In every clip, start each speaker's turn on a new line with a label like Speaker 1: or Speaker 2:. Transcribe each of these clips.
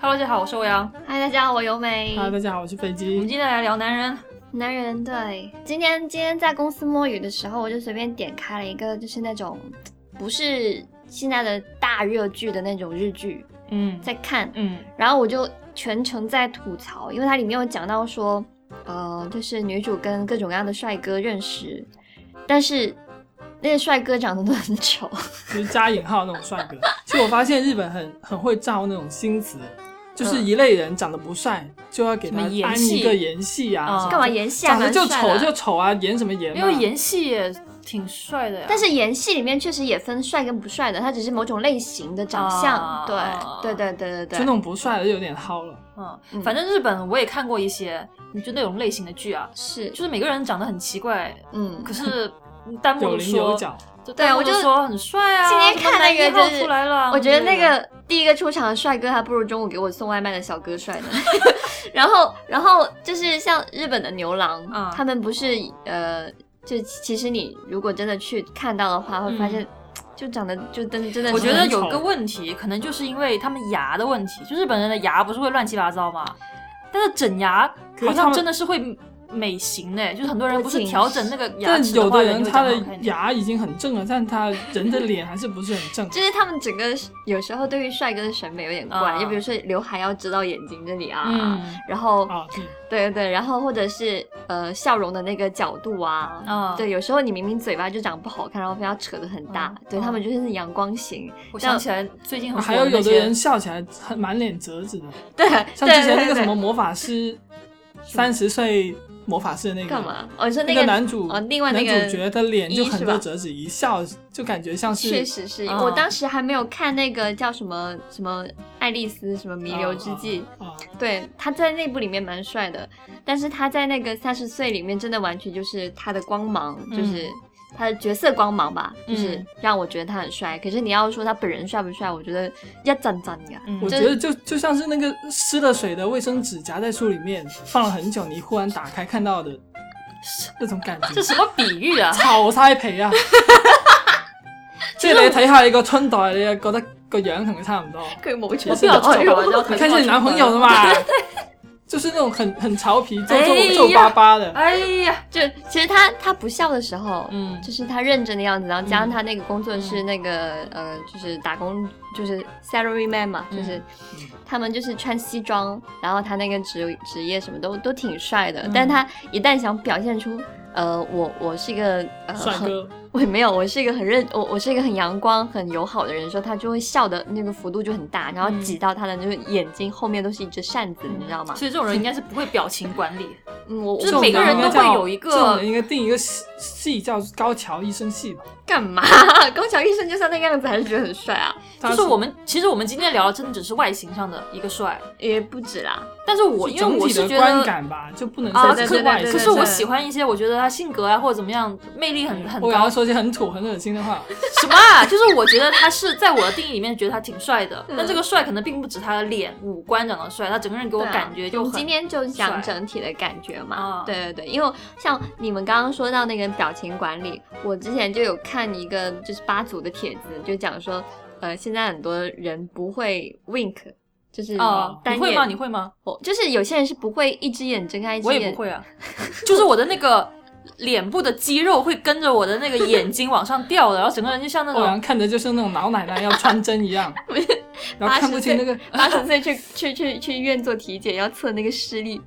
Speaker 1: 长，
Speaker 2: 嗨，大家好，我尤美。
Speaker 1: 哈，大家好，我是飞
Speaker 2: 我们
Speaker 1: 机。
Speaker 2: 今天来聊男人，
Speaker 3: 男人对，今天今天在公司摸鱼的时候，我就随便点开了一个，就是那种不是现在的大热剧的那种日剧
Speaker 1: 嗯
Speaker 3: 在看，
Speaker 1: 嗯
Speaker 3: 然后我就全程在吐槽，因为它里面有讲到说，呃，就是女主跟各种各样的帅哥认识，但是那些帅哥长得都很丑，
Speaker 1: 就是加引号那种帅哥。其实我发现日本很很会造那种新词，就是一类人长得不帅，就要给他
Speaker 2: 什么
Speaker 1: 安
Speaker 2: 演戏
Speaker 1: 一个演戏啊，
Speaker 2: 嗯
Speaker 1: 什么
Speaker 3: 干嘛演戏啊？
Speaker 1: 长得
Speaker 3: 蛮
Speaker 1: 就
Speaker 3: 帅的
Speaker 1: 丑就丑啊，演什么演、啊？
Speaker 2: 因为演戏也挺帅的呀。
Speaker 3: 但是演戏里面确实也分帅跟不帅的，它只是某种类型的长相。
Speaker 2: 啊
Speaker 3: 对对对对
Speaker 1: 就
Speaker 3: 对
Speaker 1: 那
Speaker 3: 对，
Speaker 1: 种不帅的就有点薅了。
Speaker 2: 嗯，反正日本我也看过一些，就那种类型的剧啊，
Speaker 3: 是，
Speaker 2: 就是每个人长得很奇 怪，
Speaker 3: 嗯。
Speaker 2: 可是弹幕
Speaker 1: 有
Speaker 2: 都
Speaker 1: 棱有
Speaker 2: 说，
Speaker 1: 角，
Speaker 2: 就弹幕
Speaker 3: 对我就
Speaker 2: 都说很帅啊。
Speaker 3: 今天看那个
Speaker 2: 什么男一号
Speaker 3: 就是
Speaker 2: 出来了，嗯
Speaker 3: 我觉得那
Speaker 2: 之类的
Speaker 3: 个第一个出场的帅哥，还不如中午给我送外卖的小哥 帅呢。然后，然后就是像日本的牛郎，
Speaker 2: 啊
Speaker 3: 他们不是呃，就其其实你如果真的去看到的话，会发现、就长得就真真的
Speaker 2: 嗯
Speaker 3: 是
Speaker 2: 我觉得
Speaker 3: 很
Speaker 2: 有
Speaker 1: 丑
Speaker 2: 个问题，可能就是因为他们牙的问题，就日本人的牙不是会乱七八糟嘛，但是整牙
Speaker 1: 可
Speaker 2: 好
Speaker 1: 是他
Speaker 2: 像
Speaker 1: 们
Speaker 2: 真的是会美型的，就是很多人
Speaker 3: 不
Speaker 2: 不是
Speaker 3: 仅
Speaker 2: 调整那个牙
Speaker 1: 但
Speaker 2: 齿
Speaker 1: 有
Speaker 2: 话，
Speaker 1: 的
Speaker 2: 人
Speaker 1: 人
Speaker 2: 就
Speaker 1: 他
Speaker 2: 长得
Speaker 1: 的
Speaker 2: 好看一点。
Speaker 1: 牙已经很正了，但他人的脸还是不 是很正。
Speaker 3: 就是他们整个有时候对于帅哥的审美有点怪，
Speaker 2: 啊
Speaker 3: 就比如说刘海要遮到眼睛这里啊，
Speaker 1: 嗯
Speaker 3: 然后、
Speaker 2: 哦
Speaker 1: 啊，对，
Speaker 3: 对对对，然后或者是呃笑容的那个角度啊，
Speaker 2: 啊，
Speaker 3: 对，有时候你明明嘴巴就长不好看，然后非要扯得很大，
Speaker 2: 嗯
Speaker 3: 对他们就是阳光型，
Speaker 2: 我想起来最近很火
Speaker 1: 啊还有有
Speaker 2: 那
Speaker 1: 的
Speaker 2: 些
Speaker 1: 人笑起来很满脸褶子的，
Speaker 3: 对，
Speaker 1: 像
Speaker 3: 对
Speaker 1: 之前那
Speaker 3: 对
Speaker 1: 个
Speaker 3: 对
Speaker 1: 什么魔法师，三十岁魔法师的那个
Speaker 3: 干嘛？哦，你说
Speaker 1: 那
Speaker 3: 个
Speaker 1: 男主，
Speaker 3: 哦，另外那个
Speaker 1: 男主角的脸就
Speaker 3: 一
Speaker 1: 很
Speaker 3: 是
Speaker 1: 多
Speaker 3: 吧
Speaker 1: 褶子，一笑就感觉像
Speaker 3: 确
Speaker 1: 是
Speaker 3: 实是、
Speaker 2: 嗯
Speaker 3: 我当时还没有看那个叫什么什么爱丽丝什么弥留之际，
Speaker 1: 啊，
Speaker 3: 对，他在那部里面蛮帅的，但是他在那个三十岁里面真的完全就是他的光芒，
Speaker 1: 嗯
Speaker 3: 就是。他的角色光芒吧，就是
Speaker 2: 嗯
Speaker 3: 让我觉得他很帅。可是你要说他本人帅不帅，我觉得要赞赞呀。
Speaker 2: 嗯
Speaker 1: 我觉得就就像是那个湿了水的卫生纸夹在书里面放了很久，你忽然打开看到的那种感
Speaker 2: 这
Speaker 1: 觉，
Speaker 2: 什么比喻 啊？
Speaker 1: 炒晒 皮啊！即係你睇下你個春代，你又覺得個樣同佢差 唔多。
Speaker 3: 佢冇出
Speaker 2: 我不要丑
Speaker 3: 哎呦
Speaker 2: 啊，要
Speaker 1: 你看见你男朋友了
Speaker 2: 了？
Speaker 1: 嘛？ 就是那种很很潮皮、皱
Speaker 2: 哎
Speaker 1: 皱
Speaker 2: 呀
Speaker 1: 皱巴巴的。
Speaker 2: 哎呀，
Speaker 3: 就其实他他不笑的时候，
Speaker 1: 嗯
Speaker 3: 就是他认真的样子，然后加上他那个工作是
Speaker 1: 嗯
Speaker 3: 那个、呃，就是打工，就是 salary man 嘛，
Speaker 2: 嗯
Speaker 3: 就是
Speaker 1: 嗯
Speaker 3: 他们就是穿西装，然后他那个职职业什么都都挺帅的，
Speaker 2: 嗯
Speaker 3: 但是他一旦想表现出呃，我我是一个 呃
Speaker 1: 嗯帅
Speaker 3: 很
Speaker 1: 哥，
Speaker 3: 我没有，我是一个很认我我是一个很阳光、很友好的人的时候，他就会笑的那个幅度就很大，然后
Speaker 2: 嗯
Speaker 3: 挤到他的就是眼睛后面都是一只扇子，你知道吗？
Speaker 2: 所以这种人应该是不会表情管理，
Speaker 3: 嗯，我
Speaker 2: 就是
Speaker 3: 我
Speaker 2: 每个人都会有一个
Speaker 1: 这种人应该定一个戏戏叫高桥医生戏吧。
Speaker 3: 干嘛？
Speaker 2: 啊
Speaker 3: 高桥医生就像那个样子，还是觉得很帅啊？
Speaker 1: 他
Speaker 2: 就是我们其实我们今天聊的真的只是外形上的一个帅，
Speaker 3: 也不止啦，
Speaker 2: 但是我因为
Speaker 1: 总
Speaker 2: 我
Speaker 1: 体
Speaker 2: 是
Speaker 1: 的
Speaker 2: 觉
Speaker 1: 观
Speaker 2: 得。
Speaker 1: 感吧，就不能
Speaker 2: 啊，可
Speaker 1: 说
Speaker 3: 对
Speaker 1: 只
Speaker 2: 是
Speaker 1: 是
Speaker 3: 对
Speaker 1: 外
Speaker 3: 对
Speaker 2: 可
Speaker 1: 形
Speaker 2: 是我
Speaker 3: 对
Speaker 2: 喜欢一些，我觉得他性格啊或者怎么样，魅力很很
Speaker 1: 我刚
Speaker 2: 高
Speaker 1: 刚。说一些很土、很恶心的话，
Speaker 2: 什么啊？就是我觉得他是在我的定义里面觉得他挺帅的，
Speaker 1: 嗯
Speaker 2: 但这个帅可能并不止他的脸五官长得帅，他整个人给我
Speaker 3: 对啊
Speaker 2: 感觉就
Speaker 3: 我们
Speaker 2: 很
Speaker 3: 今天就
Speaker 2: 帅
Speaker 3: 讲整体的感觉嘛
Speaker 2: 啊。
Speaker 3: 对对对，因为像你们刚刚说到那个表情管理，我之前就有看一个就是八组的帖子，就讲说，呃，现在很多人不会 wink，就是
Speaker 2: 哦，
Speaker 3: 单
Speaker 2: 你
Speaker 3: 眼，
Speaker 2: 会吗？你会吗？
Speaker 3: 我就是有些人是不会一只眼睁开，一只
Speaker 2: 我也
Speaker 3: 眼
Speaker 2: 不会啊， 就是我的那个脸部的肌肉会跟着我的那个眼睛往上掉的，然后整个人就像那
Speaker 1: 我好
Speaker 2: 种
Speaker 1: 像看着就是那种老奶奶要穿针一 样，然后看不清那个。
Speaker 3: 八十岁去去去去医院做体检，要测那个视力，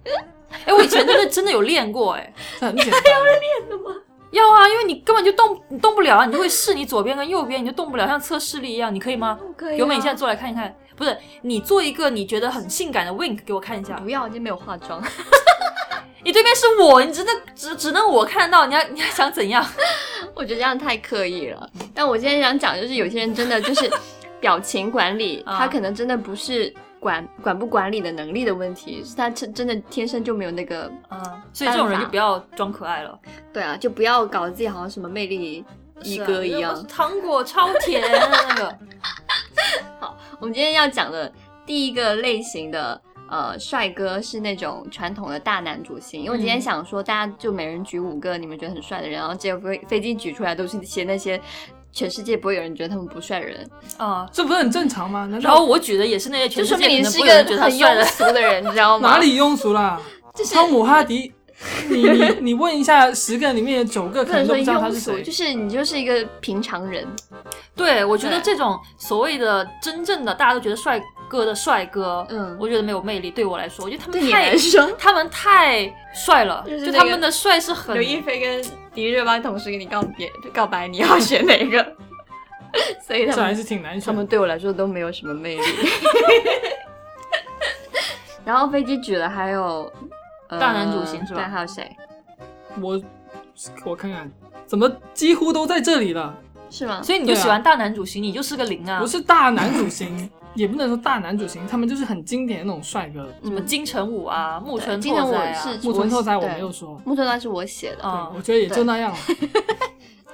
Speaker 2: 哎、我以前真的真的有练过哎、
Speaker 1: 这很简单，
Speaker 2: 要啊，因为你根本就动你动不了啊，你就会试你左边跟右边，你就动不了，像测视力一样，你可以啊吗？
Speaker 3: 可以
Speaker 2: 尤美，你现在做来看一看，不是你做一个你觉得很性感的 wink 给我看一下，
Speaker 3: 不要，今天没有化妆。
Speaker 2: 你对面是我，你只能只只能我看得到，你还你还想怎样？
Speaker 3: 我觉得这样太刻意了。但我今天想讲，就是有些人真的 就是表情管理，
Speaker 2: 啊
Speaker 3: 他可能真的不是管管不管理的能力的问题，是他真真的天生就没有那个。
Speaker 2: 嗯， 所以这种人就不要装可爱了，
Speaker 3: 对啊，就不要搞自己好像什么魅力一哥一样。
Speaker 2: 是啊糖果超甜啊那个，
Speaker 3: 我们今天要讲的第一个类型的。呃，帅哥是那种传统的大男主型，因为我今天
Speaker 2: 嗯
Speaker 3: 想说，大家就每人举五个你们觉得很帅的人，然后结果飞飞机举出来都是一些那些全世界不会有人觉得他们不帅的人，
Speaker 2: 啊。
Speaker 1: 这不是很正常吗？难
Speaker 2: 然后
Speaker 1: 道
Speaker 2: 我举的也是那些
Speaker 3: 就
Speaker 2: 全世
Speaker 3: 说明
Speaker 2: 界
Speaker 3: 你
Speaker 2: 可能
Speaker 3: 是
Speaker 2: 不会
Speaker 3: 一个
Speaker 2: 有人觉得他
Speaker 3: 很
Speaker 2: 帅
Speaker 3: 庸
Speaker 2: 的，
Speaker 3: 俗的人，你 知道吗？
Speaker 1: 哪里庸俗啦？
Speaker 3: 就是
Speaker 1: 汤姆哈迪，你你你问一下，十个里面有九个
Speaker 3: 不
Speaker 1: 可
Speaker 3: 能
Speaker 1: 能都
Speaker 3: 说
Speaker 1: 不知道他
Speaker 3: 庸
Speaker 1: 是
Speaker 3: 俗，
Speaker 1: 谁
Speaker 3: 就。是你就是一个平常人。
Speaker 2: 对我觉得
Speaker 3: 对
Speaker 2: 这种所谓的真正的大家都觉得帅哥的帅哥，
Speaker 3: 嗯
Speaker 2: 我觉得没有魅力。对我来说，我觉得他
Speaker 3: 对
Speaker 2: 们
Speaker 3: 你来
Speaker 2: 太
Speaker 3: 说，
Speaker 2: 他们太帅了，
Speaker 3: 就是
Speaker 2: 就
Speaker 3: 那
Speaker 2: 他
Speaker 3: 个
Speaker 2: 们的帅是很
Speaker 3: 刘亦菲跟迪丽热巴同时跟你告别告白，你要选哪个？ 所以他
Speaker 1: 这还
Speaker 3: 们
Speaker 1: 是挺难
Speaker 3: 他
Speaker 1: 选
Speaker 3: 们
Speaker 1: 的。
Speaker 3: 对我来说都没有什么魅 力。然后飞机举了还有、呃
Speaker 2: 大男主型是吧
Speaker 3: 对，还有谁？
Speaker 1: 我我看看，怎么几乎都在这里了？
Speaker 3: 是吗？
Speaker 2: 所以你就
Speaker 1: 对啊
Speaker 2: 喜欢大男主型，你就是个零啊
Speaker 1: 不。是大男主型， 也不能说大男主型，他们就是很经典的那种帅哥。
Speaker 3: 嗯
Speaker 2: 什么金城武啊，木
Speaker 3: 对
Speaker 2: 村
Speaker 3: 今天
Speaker 2: 拓
Speaker 3: 我
Speaker 2: 哉啊
Speaker 3: 呃是，
Speaker 1: 木村拓哉我
Speaker 3: 对
Speaker 1: 没有说，
Speaker 3: 木村拓哉是我写的，
Speaker 1: 对
Speaker 2: 啊
Speaker 1: 我，觉得也就
Speaker 3: 对
Speaker 1: 那样了，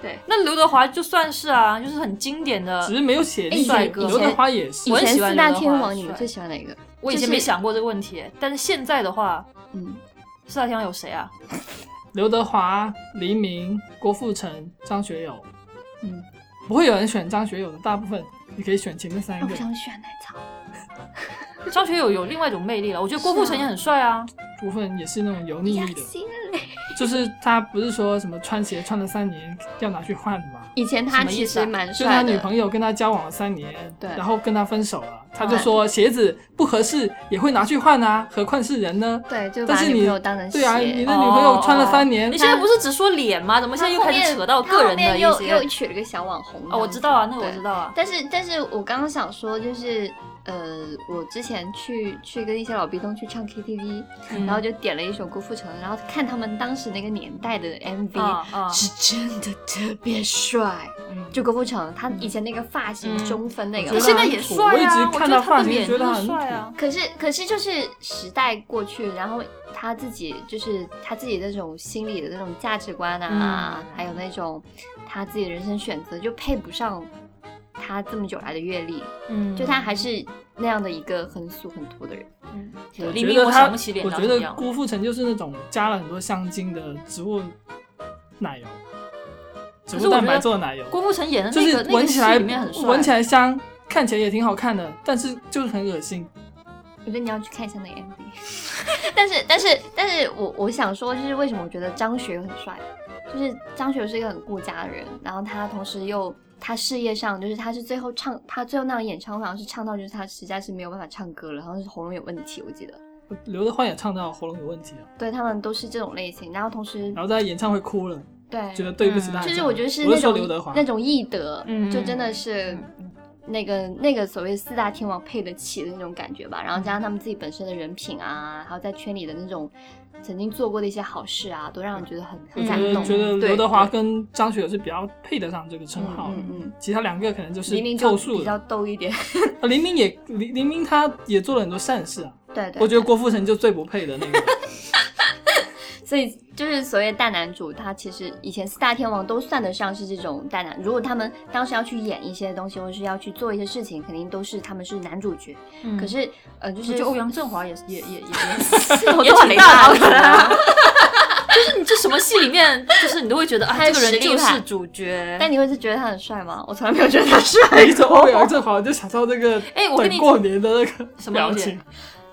Speaker 3: 对，
Speaker 2: 那刘德华就算是啊，就是很经典的
Speaker 1: 只。是没有写进去。
Speaker 2: 帅哥
Speaker 1: 刘德华也是
Speaker 3: 哎以
Speaker 2: 我很
Speaker 3: 前
Speaker 2: 喜欢
Speaker 3: 四大
Speaker 2: 刘德
Speaker 3: 天
Speaker 2: 华
Speaker 3: 王，你们
Speaker 2: 帅
Speaker 3: 最喜欢哪个？
Speaker 2: 我以前
Speaker 3: 就是
Speaker 2: 没想过这个问题，但是现在的话，
Speaker 3: 嗯，
Speaker 2: 四大天王有谁啊？
Speaker 1: 刘德华、黎明、郭富城、张学友。
Speaker 3: 嗯，
Speaker 1: 不会有人选张学友的，大部分你可以选前面三
Speaker 3: 我
Speaker 1: 个
Speaker 3: 不。想选奶草。
Speaker 2: 张学友有另外一种魅力了，我觉得郭富城也很帅啊。
Speaker 1: 部分也是那种油腻腻的，
Speaker 3: 心
Speaker 1: 就是他不是说什么穿鞋穿了三年要拿去换的吗？
Speaker 3: 以前
Speaker 2: 什
Speaker 3: 他
Speaker 2: 么
Speaker 3: 其
Speaker 2: 意思啊
Speaker 3: 实蛮
Speaker 1: 就是他
Speaker 3: 帅
Speaker 1: 女
Speaker 3: 的，
Speaker 1: 朋友跟他交往了三年，
Speaker 3: 对
Speaker 1: 然后跟他分手了，他就
Speaker 2: 对
Speaker 1: 说鞋子不合适也会拿去换啊，何况是人呢？
Speaker 3: 对，就
Speaker 1: 但
Speaker 3: 把
Speaker 1: 是
Speaker 3: 女
Speaker 1: 你
Speaker 3: 朋友当成
Speaker 1: 对啊，你
Speaker 3: 鞋。
Speaker 1: 的女朋友穿了三年
Speaker 2: 哦你，现在不是只说脸吗？怎么现在又开始扯到个人
Speaker 3: 他后
Speaker 2: 的
Speaker 3: 面
Speaker 2: 一
Speaker 3: 又
Speaker 2: 些
Speaker 3: 又？娶了个小网红
Speaker 2: 哦，我知道啊，那个我
Speaker 3: 对
Speaker 2: 知道啊。
Speaker 3: 但是，但是我刚刚想说，就是呃，我之前去去跟一些老逼东去唱 KTV，、
Speaker 2: 嗯
Speaker 3: 然后就点了一首郭富城，然后看他们当时那个年代的 MV，、
Speaker 2: 啊啊，
Speaker 3: 嗯是真的特别帅。
Speaker 1: 嗯
Speaker 3: 就郭富城，他以前那个发型
Speaker 2: 嗯
Speaker 3: 中分那个，
Speaker 1: 我觉得
Speaker 2: 现在也帅啊，
Speaker 1: 我一直看到
Speaker 2: 我觉得他
Speaker 1: 发
Speaker 2: 的
Speaker 1: 型
Speaker 2: 脸
Speaker 1: 觉得
Speaker 2: 就
Speaker 1: 很
Speaker 2: 是帅啊。
Speaker 3: 可是可是就是时代过去，然后他自己就是他自己那种心理的那种价值观啊，
Speaker 2: 嗯
Speaker 3: 还有那种他自己的人生选择，就配不上他这么久来的阅历，
Speaker 2: 嗯，
Speaker 3: 就他还是那样的一个很俗很土的人。
Speaker 2: 嗯
Speaker 1: 我
Speaker 2: 黎
Speaker 1: 觉
Speaker 2: 明
Speaker 1: 得
Speaker 2: 我
Speaker 1: 他
Speaker 2: 想不起，脸
Speaker 1: 我
Speaker 2: 长
Speaker 1: 觉
Speaker 2: 什么
Speaker 1: 得
Speaker 2: 样。
Speaker 1: 郭富城就是那种加了很多香精的植物奶油，植
Speaker 2: 可是
Speaker 1: 物
Speaker 2: 我
Speaker 1: 蛋
Speaker 2: 觉
Speaker 1: 白
Speaker 2: 得
Speaker 1: 做的奶油，
Speaker 2: 嗯郭富城演的
Speaker 1: 就
Speaker 2: 那
Speaker 1: 是
Speaker 2: 个那
Speaker 1: 闻
Speaker 2: 个
Speaker 1: 起
Speaker 2: 戏
Speaker 1: 来
Speaker 2: 里面很帅，
Speaker 1: 闻起来香，看起来也挺好看的，但是就是很恶心。
Speaker 3: 我觉得你要去看一下那个 MV。但是但是但是我我想说，就是为什么我觉得张学友很帅，就是张学友是一个很顾家的人，然后他同时又他事业上，就是他是最后唱他最后那场演唱会好像是唱到就是他实在是没有办法唱歌了，好像是喉咙有问题，我记得。
Speaker 1: 刘德华也唱到喉咙有问题了，
Speaker 3: 对他们都是这种类型，然后同时
Speaker 1: 然后在演唱会哭了，
Speaker 3: 对，
Speaker 1: 觉得对不起大家。
Speaker 3: 就是我觉得是
Speaker 1: 不
Speaker 3: 那
Speaker 1: 说
Speaker 3: 种
Speaker 1: 刘德华
Speaker 3: 那种艺德，
Speaker 2: 嗯
Speaker 3: 就真的是那个那个所谓四大天王配得起的那种感觉吧。然后加上他们自己本身的人品啊，还有在圈里的那种曾经做过的一些好事啊，都让人觉得很很
Speaker 1: 我
Speaker 2: 嗯
Speaker 1: 觉
Speaker 3: 感
Speaker 1: 得
Speaker 3: 动。
Speaker 1: 觉得
Speaker 3: 对
Speaker 1: 刘德华
Speaker 3: 对
Speaker 1: 跟张学友是比较配得上这个称号
Speaker 3: 嗯
Speaker 1: 的，
Speaker 3: 嗯嗯
Speaker 1: 其他两个可能就是
Speaker 3: 黎明就
Speaker 1: 凑数
Speaker 3: 比
Speaker 1: 的。
Speaker 3: 较逗一点，
Speaker 1: 啊黎明也黎黎明他也做了很多善事啊，
Speaker 3: 对对。
Speaker 1: 我觉得郭富城就最不配的那 个。
Speaker 3: 对所以就是所谓大男主，他其实以前四大天王都算得上是这种大男。如果他们当时要去演一些东西，或是要去做一些事情，肯定都是他们是男主角。
Speaker 2: 嗯
Speaker 3: 可是呃，就
Speaker 2: 我觉
Speaker 3: 是
Speaker 2: 得欧阳震华也是也也也也
Speaker 3: 我
Speaker 2: 也
Speaker 3: 都很
Speaker 2: 挺大
Speaker 3: 大
Speaker 2: 的
Speaker 3: 胆了。
Speaker 2: 啊。就是你这什么戏里面，就是你都会觉得啊，
Speaker 3: 他
Speaker 2: 这
Speaker 3: 是
Speaker 2: 个人就
Speaker 3: 实力派
Speaker 2: 是主角。
Speaker 3: 但你会是觉得他很帅吗？我从来没有觉得他帅
Speaker 1: 一说欧阳震华，我就想到这个
Speaker 2: 哎我跟你
Speaker 1: 等过年的那个
Speaker 2: 什么
Speaker 1: 表
Speaker 2: 东西
Speaker 1: 情，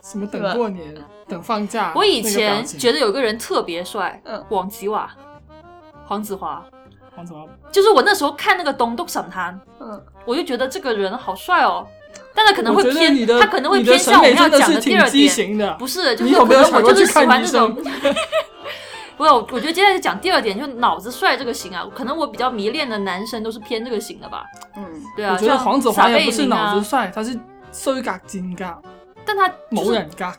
Speaker 1: 什么等过年、等放假。
Speaker 2: 我以
Speaker 1: 那个表
Speaker 2: 前
Speaker 1: 情
Speaker 2: 觉得有个人特别帅，
Speaker 3: 嗯
Speaker 2: 王吉瓦，黄子华，
Speaker 1: 黄子华
Speaker 2: 就是我那时候看那个《东东神探》，
Speaker 3: 嗯，
Speaker 2: 我就觉得这个人好帅哦。但他可能会
Speaker 1: 我觉得你
Speaker 2: 偏，
Speaker 1: 的
Speaker 2: 他可能会
Speaker 1: 你的
Speaker 2: 偏
Speaker 1: 审
Speaker 2: 向我
Speaker 1: 美
Speaker 2: 们要
Speaker 1: 真的
Speaker 2: 讲
Speaker 1: 是
Speaker 2: 第
Speaker 1: 挺
Speaker 2: 二
Speaker 1: 畸
Speaker 2: 点。
Speaker 1: 形的。
Speaker 2: 不是，就
Speaker 1: 你
Speaker 2: 是
Speaker 1: 有
Speaker 2: 可
Speaker 1: 没有
Speaker 2: 能我
Speaker 1: 想过
Speaker 2: 就是
Speaker 1: 去
Speaker 2: 喜
Speaker 1: 看
Speaker 2: 欢
Speaker 1: 医
Speaker 2: 这种
Speaker 1: 生？。
Speaker 2: 不是，我我觉得接下来讲第二点，就是脑子帅这个型啊，可能我比较迷恋的男生都是偏这个型的吧。
Speaker 3: 嗯，
Speaker 2: 对啊，
Speaker 1: 我觉得
Speaker 2: 像
Speaker 1: 黄子华
Speaker 2: 撒
Speaker 1: 也
Speaker 2: 贝
Speaker 1: 不是
Speaker 2: 宁
Speaker 1: 脑
Speaker 2: 啊
Speaker 1: 子，帅，他是瘦一嘎金嘎，
Speaker 2: 但他
Speaker 1: 某人嘎。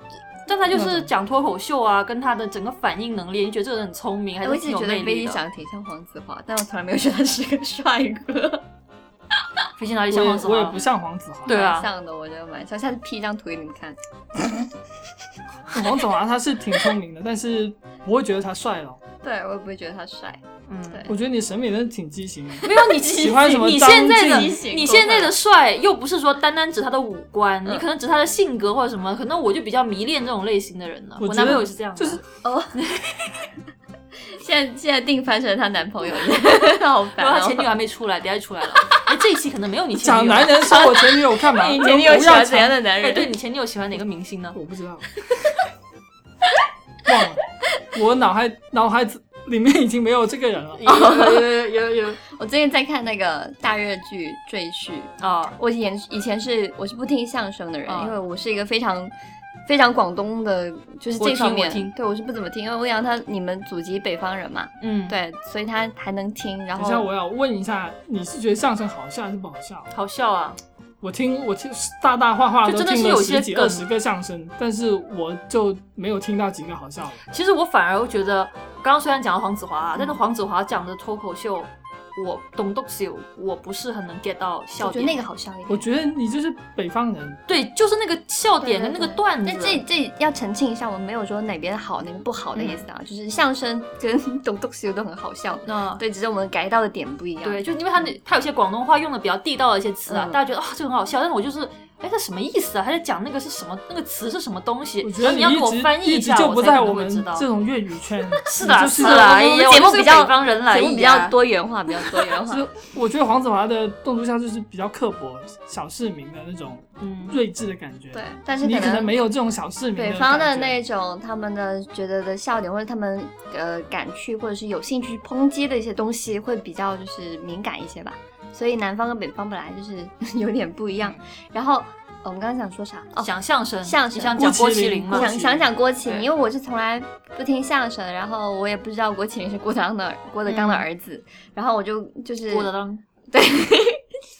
Speaker 2: 但他就
Speaker 1: 那
Speaker 2: 是
Speaker 1: 种
Speaker 2: 讲脱口秀啊，跟他的整个反应能力，你觉得这个人很聪明，还
Speaker 3: 嗯我
Speaker 2: 是
Speaker 3: 一直
Speaker 2: 挺有
Speaker 3: 觉得
Speaker 2: 魅
Speaker 3: 飞
Speaker 2: 力
Speaker 3: 机
Speaker 2: 的。
Speaker 3: 长得挺像黄子华，但我从来没有觉得他是个帅 哥，
Speaker 2: 飞机哪里
Speaker 1: 我
Speaker 2: 像黄
Speaker 1: 也
Speaker 2: 子
Speaker 1: 我也
Speaker 2: 华
Speaker 1: 不？像黄子华，
Speaker 2: 对啊
Speaker 3: 蛮像的，我觉得蛮像。下次 P 一张图给你们看。
Speaker 1: 黄子华他是挺聪明的，但是我会觉得他帅了。
Speaker 3: 对，我也不会觉得他帅。
Speaker 2: 嗯，
Speaker 3: 对
Speaker 1: 我觉得你审美真的挺畸 形的。
Speaker 2: 没有你
Speaker 1: 喜欢什么
Speaker 2: 你
Speaker 1: 张
Speaker 2: 现在的
Speaker 1: 晋
Speaker 2: 你现在的帅，又不是说单单指他的五官，
Speaker 3: 嗯
Speaker 2: 你可能指他的性格或者什么，可能我就比较迷恋这种类型的人了。
Speaker 1: 我
Speaker 2: 我
Speaker 1: 觉得
Speaker 2: 男朋友也是这样的，
Speaker 1: 就是
Speaker 3: 哦，现在现在定翻成她男朋友， 好烦、
Speaker 2: 然后他
Speaker 3: 哦。
Speaker 2: 前女友还没出来，等下就出来 了。哎，这一期可能没有你前
Speaker 1: 讲
Speaker 2: 女友
Speaker 1: 男。人伤我前女友干 嘛？
Speaker 3: 你哎
Speaker 1: 你
Speaker 3: 前
Speaker 1: 们
Speaker 3: 女友啊
Speaker 1: 不
Speaker 3: 喜
Speaker 1: 要
Speaker 3: 欢怎样
Speaker 1: 讲，
Speaker 3: 的男
Speaker 2: 哎，
Speaker 3: 人？
Speaker 2: 对你前女友喜欢哪个明星呢？
Speaker 1: 我不知道，忘了，我脑海脑海子里面已经没有这个人了。
Speaker 2: 有有有有
Speaker 3: 哦我最近在看那个大热剧《赘婿》，
Speaker 2: 啊！
Speaker 3: 我以前以前是我是不听相声的人，
Speaker 2: 嗯
Speaker 3: 因为我是一个非常非常广东的，就是
Speaker 2: 我
Speaker 3: 这
Speaker 2: 听
Speaker 3: 方面
Speaker 2: 我听，
Speaker 3: 对我是不怎么听，因为我想他你们祖籍北方人嘛，
Speaker 2: 嗯，，
Speaker 3: 对，所以他还能听。然
Speaker 2: 哦
Speaker 1: 等一下，
Speaker 3: 后
Speaker 1: 我要问一下，你是觉得相声好笑还是不好笑？
Speaker 2: 好笑啊！
Speaker 1: 我听我听大大话话
Speaker 2: 就
Speaker 1: 都
Speaker 2: 真的是
Speaker 1: 听了
Speaker 2: 有些
Speaker 1: 十几
Speaker 2: 梗
Speaker 1: 二十个相声，但是我就没有听到几个好笑的。
Speaker 2: 其实我反而会觉得，刚刚虽然讲了黄子华啊，但是黄子华讲的脱口秀，我懂懂是有，我不是很能 get 到笑
Speaker 3: 我觉得那
Speaker 2: 点。
Speaker 3: 个好笑一点。
Speaker 1: 我觉得你就是北方人，
Speaker 2: 对，就是那个笑点跟那个段子。
Speaker 3: 但这这要澄清一下，我没有说哪边好哪边不好的意思啊，就是相声跟 懂东西都很好笑，
Speaker 2: 那
Speaker 3: 对，只是我们改到的点不一样。
Speaker 2: 嗯对，就是因为他那他有些广东话用的比较地道的一些词啊，
Speaker 3: 嗯
Speaker 2: 大家觉得啊、这很好笑，但是我就是，哎，这什么意思啊？他在讲那个是什么，那个词是什么东西？
Speaker 1: 我觉
Speaker 2: 然
Speaker 1: 得
Speaker 2: 后你要给我
Speaker 1: 一直
Speaker 2: 翻译
Speaker 1: 一直
Speaker 2: 下，
Speaker 1: 就不在
Speaker 2: 我才可能会
Speaker 1: 们
Speaker 2: 知道。
Speaker 1: 这种粤语圈。
Speaker 2: 是的啊，
Speaker 1: 就是
Speaker 2: 的啊，
Speaker 3: 我
Speaker 2: 哎
Speaker 3: 们
Speaker 2: 呀，
Speaker 3: 节目
Speaker 2: 我就是
Speaker 3: 比较
Speaker 2: 北方人来，
Speaker 3: 节目比啊较多元化，比较多 元化
Speaker 1: 就。是我觉得黄子华的动作笑就是比较刻薄、小市民的那种
Speaker 2: 嗯，
Speaker 1: 睿智的感觉。
Speaker 3: 对，，但是
Speaker 1: 你
Speaker 3: 可
Speaker 1: 可能
Speaker 3: 能
Speaker 1: 没有这种小市民
Speaker 3: 北
Speaker 1: 感
Speaker 3: 方的
Speaker 1: 觉
Speaker 3: 那种他们的觉得的笑点，或者他们呃敢去或者是有兴趣去抨击的一些东西，会比较就是敏感一些吧。所以南方跟北方本来就是 有点不一样。然后、呃我们刚刚想说啥？哦，
Speaker 2: 讲相声，
Speaker 3: 相
Speaker 2: 你
Speaker 3: 声
Speaker 2: 想
Speaker 1: 郭
Speaker 2: 讲郭
Speaker 1: 麒
Speaker 2: 麒
Speaker 1: 麟
Speaker 2: 麟嘛
Speaker 1: 郭麒？
Speaker 3: 想
Speaker 1: 麟
Speaker 3: 想讲郭麒麟，
Speaker 2: 对
Speaker 3: 因为我是从来不听相声，然后我也不知道郭麒麟是郭德纲的郭德纲的
Speaker 2: 嗯
Speaker 3: 儿子，然后我就就是
Speaker 2: 郭德纲，
Speaker 3: 对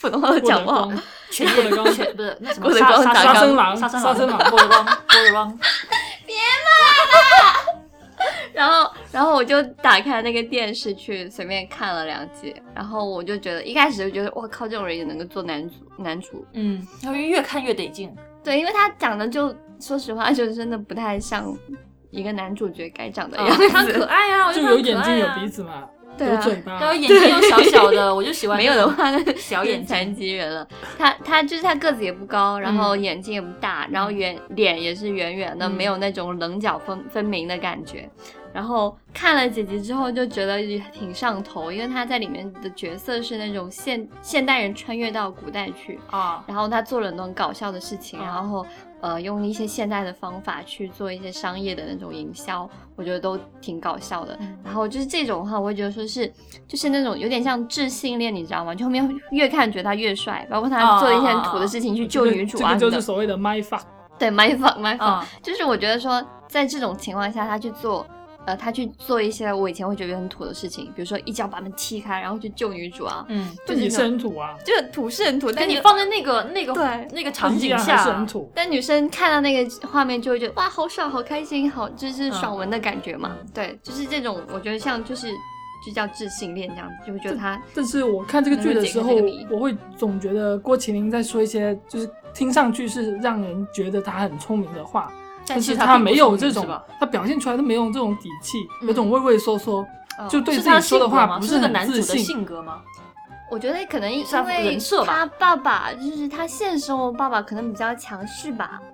Speaker 3: 普通话都讲不好
Speaker 1: 郭德，纲
Speaker 2: 全
Speaker 1: 郭德纲
Speaker 2: 全不是那什么
Speaker 3: 郭德
Speaker 2: 沙
Speaker 3: 纲
Speaker 2: 沙
Speaker 3: 打
Speaker 1: 杀生
Speaker 2: 生
Speaker 1: 狼、
Speaker 2: 沙
Speaker 1: 杀生
Speaker 2: 生
Speaker 1: 狼
Speaker 2: 狼，，郭德纲，郭德纲，
Speaker 3: 然后，然后我就打开那个电视去随便看了两集，然后我就觉得一开始就觉得我靠，这种人也能够做男主男主，
Speaker 2: 嗯，然后越看越得劲，
Speaker 3: 对，因为他长得就说实话就真的不太像一个男主角该长的样
Speaker 2: 他很
Speaker 3: 子，
Speaker 2: 可爱啊，我
Speaker 1: 就
Speaker 2: 觉得
Speaker 1: 有
Speaker 2: 他
Speaker 1: 眼
Speaker 2: 很可
Speaker 1: 睛、
Speaker 2: 爱
Speaker 1: 有
Speaker 2: 啊
Speaker 1: 鼻，子嘛，
Speaker 3: 对
Speaker 1: 有
Speaker 3: 啊，
Speaker 1: 嘴
Speaker 2: 然后
Speaker 1: 巴，
Speaker 2: 眼睛又小小的，我就喜欢
Speaker 3: 没有的话那
Speaker 2: 小眼
Speaker 3: 眼
Speaker 2: 睛，
Speaker 3: 残疾人了。他他就是他个子也不高，然后眼睛也不大，然后圆脸也是圆圆的，
Speaker 2: 嗯
Speaker 3: 没有那种棱角分分明的感觉。然后看了几集之后就觉得也挺上头，因为他在里面的角色是那种现现代人穿越到古代去，
Speaker 2: 啊，
Speaker 3: 然后他做了很多很搞笑的事情，
Speaker 2: 嗯
Speaker 3: 然后呃用一些现代的方法去做一些商业的那种营销，我觉得都挺搞笑的。
Speaker 2: 嗯
Speaker 3: 然后就是这种的话，我会觉得说是就是那种有点像智性恋，你知道吗？就后面越看觉得他越帅，包括他做了一些很土的事情去救
Speaker 1: 这个
Speaker 3: 女主
Speaker 1: 这
Speaker 3: 啊
Speaker 1: 个
Speaker 3: 什么
Speaker 1: 就
Speaker 3: 的。
Speaker 1: 是所谓的 my fuck。
Speaker 3: 对，my fuck my fuck，、
Speaker 2: 啊，
Speaker 3: 就是我觉得说在这种情况下，他去做。呃，他去做一些我以前会觉得很土的事情，比如说一脚把门踢开，然后去救女主啊，
Speaker 2: 嗯，
Speaker 1: 这
Speaker 3: 就是
Speaker 1: 也
Speaker 3: 那
Speaker 1: 是
Speaker 3: 种
Speaker 1: 很土啊，
Speaker 3: 就很土是很土，
Speaker 2: 但
Speaker 3: 但
Speaker 2: 你放在那个那个
Speaker 3: 对
Speaker 2: 那个场
Speaker 1: 依
Speaker 2: 景
Speaker 1: 然还
Speaker 2: 下
Speaker 1: 是
Speaker 2: 啊
Speaker 1: 很，土。
Speaker 3: 但女生看到那个画面就会觉得哇，好爽，好开心，好就是爽文的感觉嘛。对，就是这种，我觉得像就是就叫自信恋这样，就会觉得他
Speaker 1: 但是我看这个剧的时候
Speaker 3: 能够解开这个，谜
Speaker 1: 我会总觉得郭麒麟在说一些，就是听上去是让人觉得他很聪明的话，但
Speaker 2: 但其
Speaker 1: 是
Speaker 2: 实他并不
Speaker 1: 没有
Speaker 2: 聪明
Speaker 1: 这种
Speaker 2: 是吧，
Speaker 1: 他表现出来他没有这种底气，
Speaker 3: 嗯
Speaker 1: 有种畏畏缩缩，
Speaker 3: 嗯
Speaker 1: 就对
Speaker 2: 哦是
Speaker 1: 自
Speaker 2: 他
Speaker 1: 己
Speaker 2: 的
Speaker 1: 说
Speaker 2: 性格
Speaker 1: 的话
Speaker 2: 吗？
Speaker 1: 不
Speaker 2: 是那个
Speaker 1: 很
Speaker 2: 男主
Speaker 1: 自
Speaker 2: 的
Speaker 1: 信。
Speaker 2: 性格吗？
Speaker 3: 我觉得可能因
Speaker 2: 是他
Speaker 3: 为
Speaker 2: 人设吧
Speaker 3: 他爸爸就是他现实生活爸爸可能比较强势吧。
Speaker 2: 嗯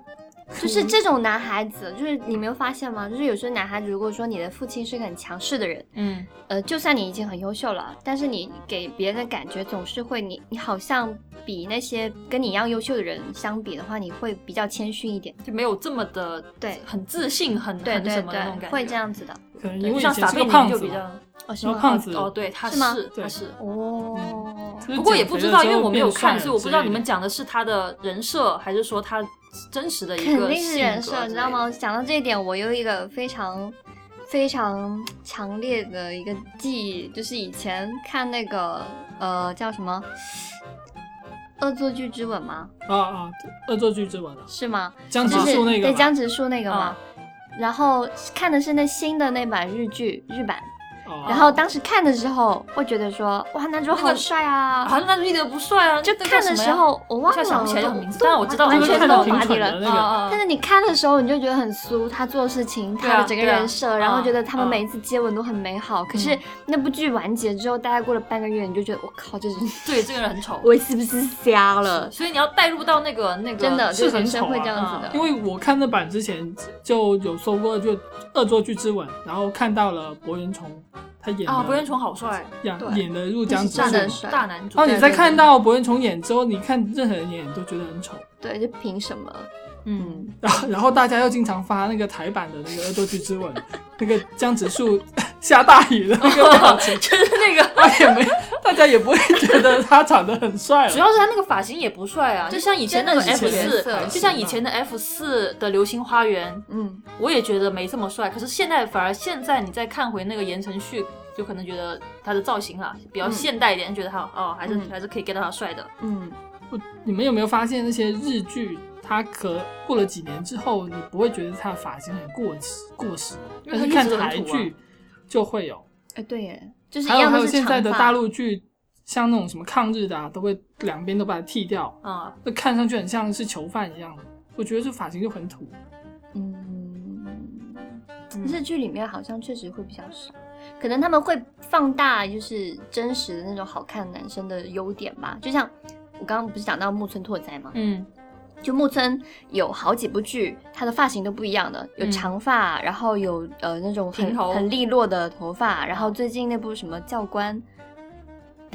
Speaker 3: 就是这种男孩子，就是你没有发现吗？就是有些男孩子，如果说你的父亲是个很强势的人，
Speaker 2: 嗯，
Speaker 3: 呃，就算你已经很优秀了，但是你给别人的感觉总是会你，你好像比那些跟你一样优秀的人相比的话，你会比较谦逊一点。
Speaker 2: 就没有这么的
Speaker 3: 对
Speaker 2: 很自信，很
Speaker 3: 对
Speaker 2: 很
Speaker 3: 对
Speaker 2: 什么的那种
Speaker 3: 对，
Speaker 2: 感觉，
Speaker 3: 会这样子的。
Speaker 1: 可能
Speaker 2: 对。
Speaker 1: 因为以
Speaker 2: 像
Speaker 1: 前
Speaker 2: 撒
Speaker 1: 是
Speaker 2: 贝
Speaker 1: 个
Speaker 2: 宁
Speaker 1: 胖
Speaker 2: 就
Speaker 1: 子
Speaker 2: 比较
Speaker 1: 嘛，
Speaker 3: 哦，是
Speaker 1: 然后
Speaker 3: 吗？
Speaker 1: 胖子
Speaker 2: 哦，对，他
Speaker 3: 是吗
Speaker 2: 是
Speaker 1: 对
Speaker 2: 他是。
Speaker 3: 哦，
Speaker 1: 就是
Speaker 2: 不过也
Speaker 1: 减
Speaker 2: 不
Speaker 1: 肥
Speaker 2: 知
Speaker 1: 了
Speaker 2: 道，
Speaker 1: 之
Speaker 2: 因为
Speaker 1: 后
Speaker 2: 我没有
Speaker 1: 变帅
Speaker 2: 看，所以我不知
Speaker 1: 之
Speaker 2: 道
Speaker 1: 类
Speaker 2: 你们
Speaker 1: 的
Speaker 2: 讲的是他的人设，还是说他真实的一个
Speaker 3: 肯定是人
Speaker 2: 性格
Speaker 3: 设，
Speaker 2: 之
Speaker 3: 你知道
Speaker 2: 类的？
Speaker 3: 吗？讲到这一点，我有一个非常非常强烈的一个记忆，就是以前看那个呃叫什么《恶作剧之吻》吗？
Speaker 1: 啊啊，恶作剧之吻啊，
Speaker 3: 是吗？
Speaker 1: 江直
Speaker 3: 就是
Speaker 1: 树那个啊
Speaker 3: 对
Speaker 1: 嘛
Speaker 3: 江直树那个嘛。然后看的是那新的那版日剧，日版。
Speaker 1: 哦
Speaker 3: 然后当时看的时候会觉得说，哇，男主
Speaker 2: 那
Speaker 3: 好
Speaker 2: 个
Speaker 3: 帅啊！
Speaker 2: 啊，那一点不帅啊，
Speaker 3: 就
Speaker 2: 那叫
Speaker 3: 看的
Speaker 2: 什么
Speaker 3: 时
Speaker 2: 呀
Speaker 3: 候我忘
Speaker 2: 一下
Speaker 3: 了，
Speaker 2: 想不起来
Speaker 3: 都
Speaker 2: 叫名字但是我知道
Speaker 3: 完
Speaker 2: 这个
Speaker 3: 全
Speaker 2: 看着
Speaker 3: 都
Speaker 2: 挺
Speaker 3: 麻
Speaker 1: 蠢
Speaker 3: 痹
Speaker 1: 的
Speaker 3: 了。
Speaker 1: 那
Speaker 2: 啊
Speaker 1: 个
Speaker 2: 啊，
Speaker 3: 但是你看的时候，你就觉得很酥，他做的事情，
Speaker 2: 对
Speaker 3: 他
Speaker 2: 啊
Speaker 3: 的整个
Speaker 2: 对啊
Speaker 3: 人设，
Speaker 2: 啊
Speaker 3: 然后觉
Speaker 1: 嗯
Speaker 3: 得他们每一次接吻都很美好。可是那部剧完结之后，大概过了半个月，你就觉得我靠，这人，
Speaker 2: 对这个人很丑
Speaker 3: 我是不是瞎了？
Speaker 2: 所以你要带入到那个那个
Speaker 3: 真的，
Speaker 1: 是
Speaker 3: 就
Speaker 1: 很
Speaker 3: 人生
Speaker 1: 丑
Speaker 3: 会
Speaker 1: 啊
Speaker 3: 这样子
Speaker 2: 啊
Speaker 3: 的
Speaker 1: 因。为我看那版之前就有说过，就《恶作剧之吻》，然后看到了柏原崇，他演
Speaker 2: 啊，
Speaker 1: 的
Speaker 2: 柏原崇好帅，
Speaker 1: 演
Speaker 2: 对
Speaker 1: 演的入江直
Speaker 3: 大
Speaker 1: 树
Speaker 3: 男
Speaker 1: 嘛。
Speaker 3: 帅
Speaker 2: 大男主
Speaker 1: 然后哦你
Speaker 3: 对
Speaker 1: 在
Speaker 3: 对
Speaker 1: 看
Speaker 3: 对
Speaker 1: 到柏原崇演之后，你看任何人演都觉得很丑。
Speaker 3: 对，就凭什么？
Speaker 2: 嗯，
Speaker 1: 然后，然后大家又经常发那个台版的那个《恶作剧之吻》，那个江直树 下大雨的那个表情，
Speaker 2: 就是那个，
Speaker 1: 他也没，大家也不会觉得他长得很帅
Speaker 2: 主
Speaker 1: 了。
Speaker 2: 要是他那个发型也不帅啊，就像以前那个
Speaker 3: 真的是
Speaker 2: F
Speaker 3: 角色
Speaker 2: 四，就像以前的 F 四的《流星花园》，
Speaker 3: 嗯，
Speaker 2: 我也觉得没这么帅，可是现在反而现在你再看回那个言承旭，就可能觉得他的造型啊比较
Speaker 3: 嗯
Speaker 2: 现代一点，觉得他哦还是、
Speaker 3: 嗯
Speaker 2: 还是可以 get 到他帅的。
Speaker 3: 嗯，
Speaker 1: 你们有没有发现那些日剧，它可过了几年之后，你不会觉得它的发型很过时过时，
Speaker 2: 因
Speaker 1: 但
Speaker 2: 为它一
Speaker 1: 是
Speaker 2: 直
Speaker 1: 看
Speaker 2: 都很
Speaker 1: 台
Speaker 2: 土啊
Speaker 1: 剧就会有。
Speaker 3: 哎，对耶，就是一
Speaker 1: 还有
Speaker 3: 样
Speaker 1: 还
Speaker 3: 都
Speaker 1: 有
Speaker 3: 是
Speaker 1: 现在
Speaker 3: 长
Speaker 1: 的
Speaker 3: 发
Speaker 1: 大陆剧，像那种什么抗日的啊，都会两边都把它剃掉，
Speaker 2: 啊、
Speaker 1: 那看上去很像是囚犯一样的。我觉得这发型就很土。
Speaker 3: 嗯，
Speaker 2: 嗯
Speaker 3: 日剧里面好像确实会比较少，可能他们会放大就是真实的那种好看男生的优点吧。就像我刚刚不是讲到木村拓哉嘛，
Speaker 2: 嗯，
Speaker 3: 就木村有好几部剧，他的发型都不一样的，有
Speaker 2: 嗯
Speaker 3: 长发，然后有呃那种
Speaker 2: 平
Speaker 3: 很
Speaker 2: 头
Speaker 3: 很利落的头发，然后最近那部什么教官，
Speaker 1: 不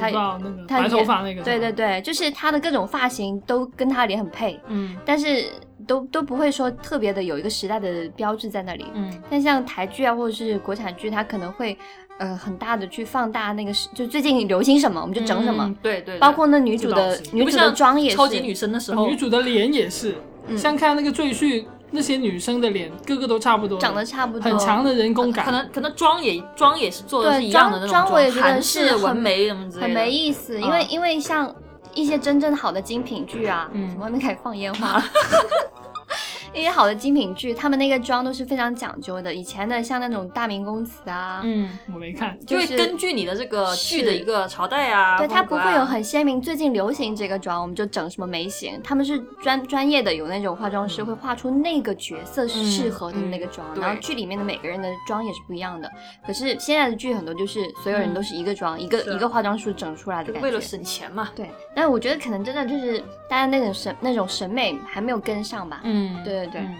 Speaker 3: 他
Speaker 1: 知道那个
Speaker 3: 他
Speaker 1: 白头
Speaker 3: 演
Speaker 1: 发那个，
Speaker 3: 对对，对，就是他的各种发型都跟他脸很配，
Speaker 2: 嗯
Speaker 3: 但是都都不会说特别的有一个时代的标志在那里。
Speaker 2: 嗯
Speaker 3: 但像台剧啊，或者是国产剧，它可能会呃很大的去放大那个时，就最近流行什么我们就整什么，
Speaker 2: 嗯对对对
Speaker 3: 包括那女主的
Speaker 1: 这倒是
Speaker 3: 女主的妆也是，
Speaker 2: 超级女生的时候，
Speaker 1: 啊女主的脸也是，
Speaker 3: 嗯
Speaker 1: 像看那个赘婿，那些女生的脸个个都差不多，
Speaker 3: 长得差不多，
Speaker 1: 很强的人工感，
Speaker 2: 可能可能妆也妆也是做的
Speaker 3: 对
Speaker 2: 是一样的那
Speaker 3: 妆
Speaker 2: 种
Speaker 3: 妆我也觉得
Speaker 2: 韩
Speaker 3: 是
Speaker 2: 式
Speaker 3: 很
Speaker 2: 纹眉什么之类的，
Speaker 3: 很没意思。因为、因为像一些真正好的精品剧啊，
Speaker 2: 嗯
Speaker 3: 什么外面开始放烟花 了。一些好的精品剧，他们那个妆都是非常讲究的。以前的像那种大明宫词啊，
Speaker 2: 嗯，
Speaker 1: 我没看。
Speaker 2: 就
Speaker 3: 就
Speaker 2: 会
Speaker 3: 是
Speaker 2: 根据你的这个剧的
Speaker 3: 是
Speaker 2: 一个朝代啊，
Speaker 3: 对，它
Speaker 2: 风
Speaker 3: 不
Speaker 2: 格啊
Speaker 3: 会有很鲜明。最近流行这个妆，我们就整什么眉形。他们是专专业的，有那种化妆师会画出那个角色适合的那个妆，
Speaker 2: 嗯
Speaker 3: 然后
Speaker 2: 对
Speaker 3: 剧里面的每个人的妆也是不一样的。可是现在的剧很多就是所有人都是一个妆，一个
Speaker 2: 嗯是
Speaker 3: 一个化妆师整出来的
Speaker 2: 就
Speaker 3: 感觉。
Speaker 2: 为了省钱嘛，
Speaker 3: 对，但我觉得可能真的就是大家那种审那种审美还没有跟上吧。
Speaker 2: 嗯
Speaker 3: 对对对，
Speaker 2: 嗯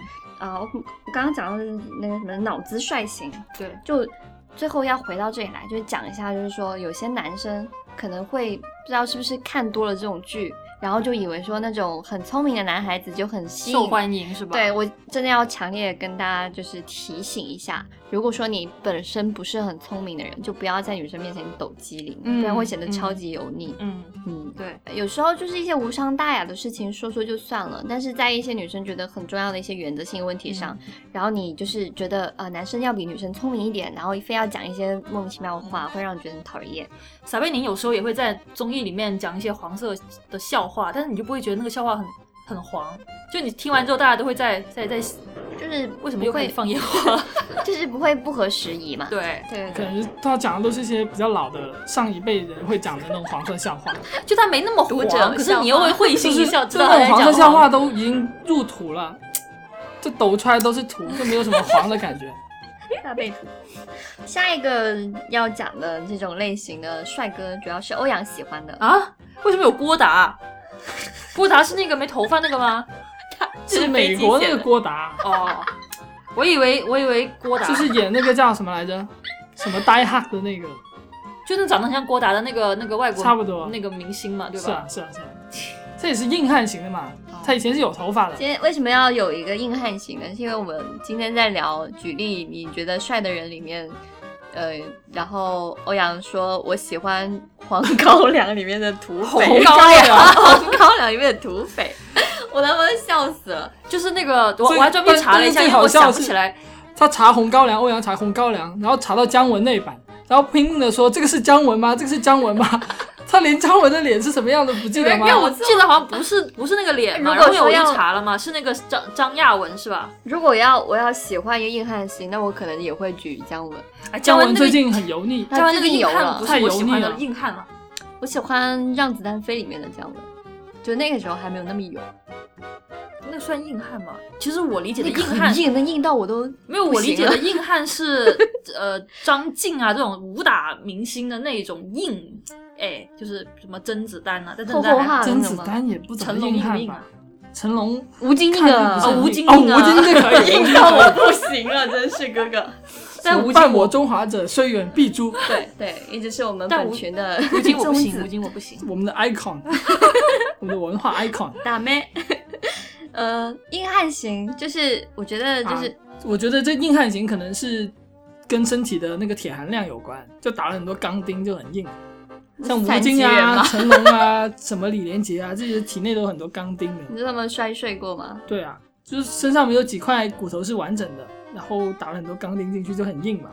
Speaker 3: 啊、我我刚刚讲到的那个什么脑子率型，
Speaker 2: 对，
Speaker 3: 就最后要回到这里来，就是讲一下，就是说有些男生可能会不知道是不是看多了这种剧，然后就以为说那种很聪明的男孩子就很吸
Speaker 2: 受
Speaker 3: 引。
Speaker 2: 欢迎是吧？
Speaker 3: 对我真的要强烈跟大家就是提醒一下，如果说你本身不是很聪明的人，就不要在女生面前抖机灵，
Speaker 2: 嗯
Speaker 3: 不然会显得超级油腻。
Speaker 2: 嗯，
Speaker 3: 嗯，
Speaker 2: 对，
Speaker 3: 有时候就是一些无伤大雅的事情说说就算了，但是在一些女生觉得很重要的一些原则性问题上，然后你就是觉得呃男生要比女生聪明一点，然后非要讲一些莫名其妙的话，会让你觉得很讨人厌。
Speaker 2: 撒贝宁有时候也会在综艺里面讲一些黄色的笑话，但是你就不会觉得那个笑话很很黄，就你听完之后，大家都会在在在
Speaker 3: 就是
Speaker 2: 为什么
Speaker 3: 嗯不
Speaker 2: 又开
Speaker 3: 会
Speaker 2: 始放烟 花？
Speaker 3: 就是不会不合时宜嘛？
Speaker 2: 对，
Speaker 3: 对
Speaker 1: 可
Speaker 3: 对
Speaker 1: 能他讲的都是一些比较老的上一辈人会讲的那种黄色笑话，
Speaker 2: 就他没那么
Speaker 3: 读
Speaker 2: 黄，
Speaker 3: 者
Speaker 2: 可是
Speaker 3: 笑
Speaker 2: 你又会
Speaker 3: 话
Speaker 2: 会
Speaker 1: 就
Speaker 2: 心
Speaker 1: 是
Speaker 2: 一笑，
Speaker 1: 就
Speaker 2: 知道他
Speaker 1: 那
Speaker 2: 在
Speaker 1: 种黄色
Speaker 2: 讲
Speaker 1: 笑
Speaker 2: 黄
Speaker 1: 话都已经入土了，这抖出来都是土，就没有什么黄的 感觉。
Speaker 3: 对，大背图。下一个要讲的这种类型的帅哥，主要是欧阳喜欢的。
Speaker 2: 啊？为什么有郭达？郭达是那个没头发那个吗？
Speaker 1: 是美国那个郭达，
Speaker 2: 哦，我以为我以为郭达
Speaker 1: 就是演那个叫什么来着，什么 Die Hard 的那个，
Speaker 2: 就那长得很像郭达的那个那个外国
Speaker 1: 差不多
Speaker 2: 那个明星嘛，对
Speaker 1: 是啊
Speaker 2: 吧？哦
Speaker 1: 是啊是啊，这也是硬汉型的嘛，他以前是有头发的，
Speaker 3: 今天为什么要有一个硬汉型呢？是因为我们今天在聊，举例你觉得帅的人里面，呃，然后欧阳说我喜欢黄高粱里面的土匪，
Speaker 2: 红高粱
Speaker 3: 黄高粱里面的土匪，我他妈笑死了。
Speaker 2: 就是那个我
Speaker 1: 最
Speaker 2: 我还专门查了一下，
Speaker 1: 但但是最
Speaker 2: 因为
Speaker 1: 好
Speaker 2: 我
Speaker 1: 笑
Speaker 2: 想
Speaker 1: 的是
Speaker 2: 不起 来。
Speaker 1: 他查红高粱，欧阳查红高粱，然后查到姜文那一版，然后拼命的说这个是姜文吗？这个是姜文吗？ 他连张文的脸是什么样的不记得吗？
Speaker 2: 因为我记得好像不是不是那个脸嘛，
Speaker 3: 如果
Speaker 2: 然后
Speaker 3: 说
Speaker 2: 我
Speaker 3: 要
Speaker 2: 去查了嘛，是那个张张亚文是吧？
Speaker 3: 如果要我要喜欢一个硬汉型，那我可能也会举姜文。
Speaker 2: 哎，
Speaker 1: 姜文
Speaker 2: 那
Speaker 1: 最
Speaker 2: 个
Speaker 1: 近很油腻，
Speaker 2: 姜文那个
Speaker 3: 他最近
Speaker 2: 硬
Speaker 3: 有
Speaker 2: 汉
Speaker 3: 了
Speaker 2: 不
Speaker 1: 太
Speaker 2: 是我
Speaker 1: 油
Speaker 2: 喜
Speaker 1: 腻
Speaker 2: 欢的
Speaker 1: 了
Speaker 2: 硬汉了，
Speaker 3: 我喜欢《让子弹飞》里面的姜文，就那个时候还没有那么油，
Speaker 2: 那个算硬汉吗？其实我理解的
Speaker 3: 那个
Speaker 2: 硬
Speaker 3: 很
Speaker 2: 汉
Speaker 3: 硬，那硬到我都
Speaker 1: 啊
Speaker 2: 没有，
Speaker 3: 不
Speaker 2: 我理
Speaker 3: 行
Speaker 2: 解
Speaker 3: 了
Speaker 2: 的硬汉是 呃张晋啊这种武打明星的那种硬，哎，就是什么甄子丹啊，但甄子
Speaker 3: 厚
Speaker 2: 丹
Speaker 3: 厚
Speaker 2: 还
Speaker 3: 汉
Speaker 1: 甄
Speaker 3: 那
Speaker 1: 子
Speaker 3: 种吗
Speaker 1: 丹也不怎
Speaker 2: 成
Speaker 1: 么
Speaker 2: 龙硬
Speaker 1: 硬
Speaker 2: 不
Speaker 1: 汉
Speaker 2: 硬
Speaker 1: 吧
Speaker 2: 啊？？
Speaker 1: 成龙
Speaker 3: 吴京那
Speaker 1: 看着
Speaker 3: 个
Speaker 1: 不是很
Speaker 2: 哦吴京
Speaker 1: 哦，
Speaker 2: 硬啊
Speaker 1: 吴京 这可以，
Speaker 3: 硬到我 不行了，真是哥哥。
Speaker 2: 但吴京
Speaker 1: 伴
Speaker 2: 我
Speaker 1: 我中华者，虽远必诛。
Speaker 3: 对对，一直是我们
Speaker 2: 但
Speaker 3: 本
Speaker 2: 吴
Speaker 3: 群的
Speaker 2: 吴京我不
Speaker 3: 宗
Speaker 2: 行，
Speaker 3: 旨
Speaker 2: 吴京我不行。
Speaker 1: 我们的 icon，我们的文化 icon。
Speaker 3: 大妹。呃，硬汉型就是我觉得就是、
Speaker 1: 我觉得这硬汉型可能是跟身体的那个铁含量有关，就打了很多钢钉就很硬，像吴
Speaker 3: 散
Speaker 1: 京
Speaker 3: 击人
Speaker 1: 啊、
Speaker 3: 嘛
Speaker 1: 成龙啊、什么李连杰啊，这些体内都有很多钢钉的。
Speaker 3: 你知道他们摔碎过吗？
Speaker 1: 对啊，就是身上没有几块骨头是完整的，然后打了很多钢钉进去就很硬嘛。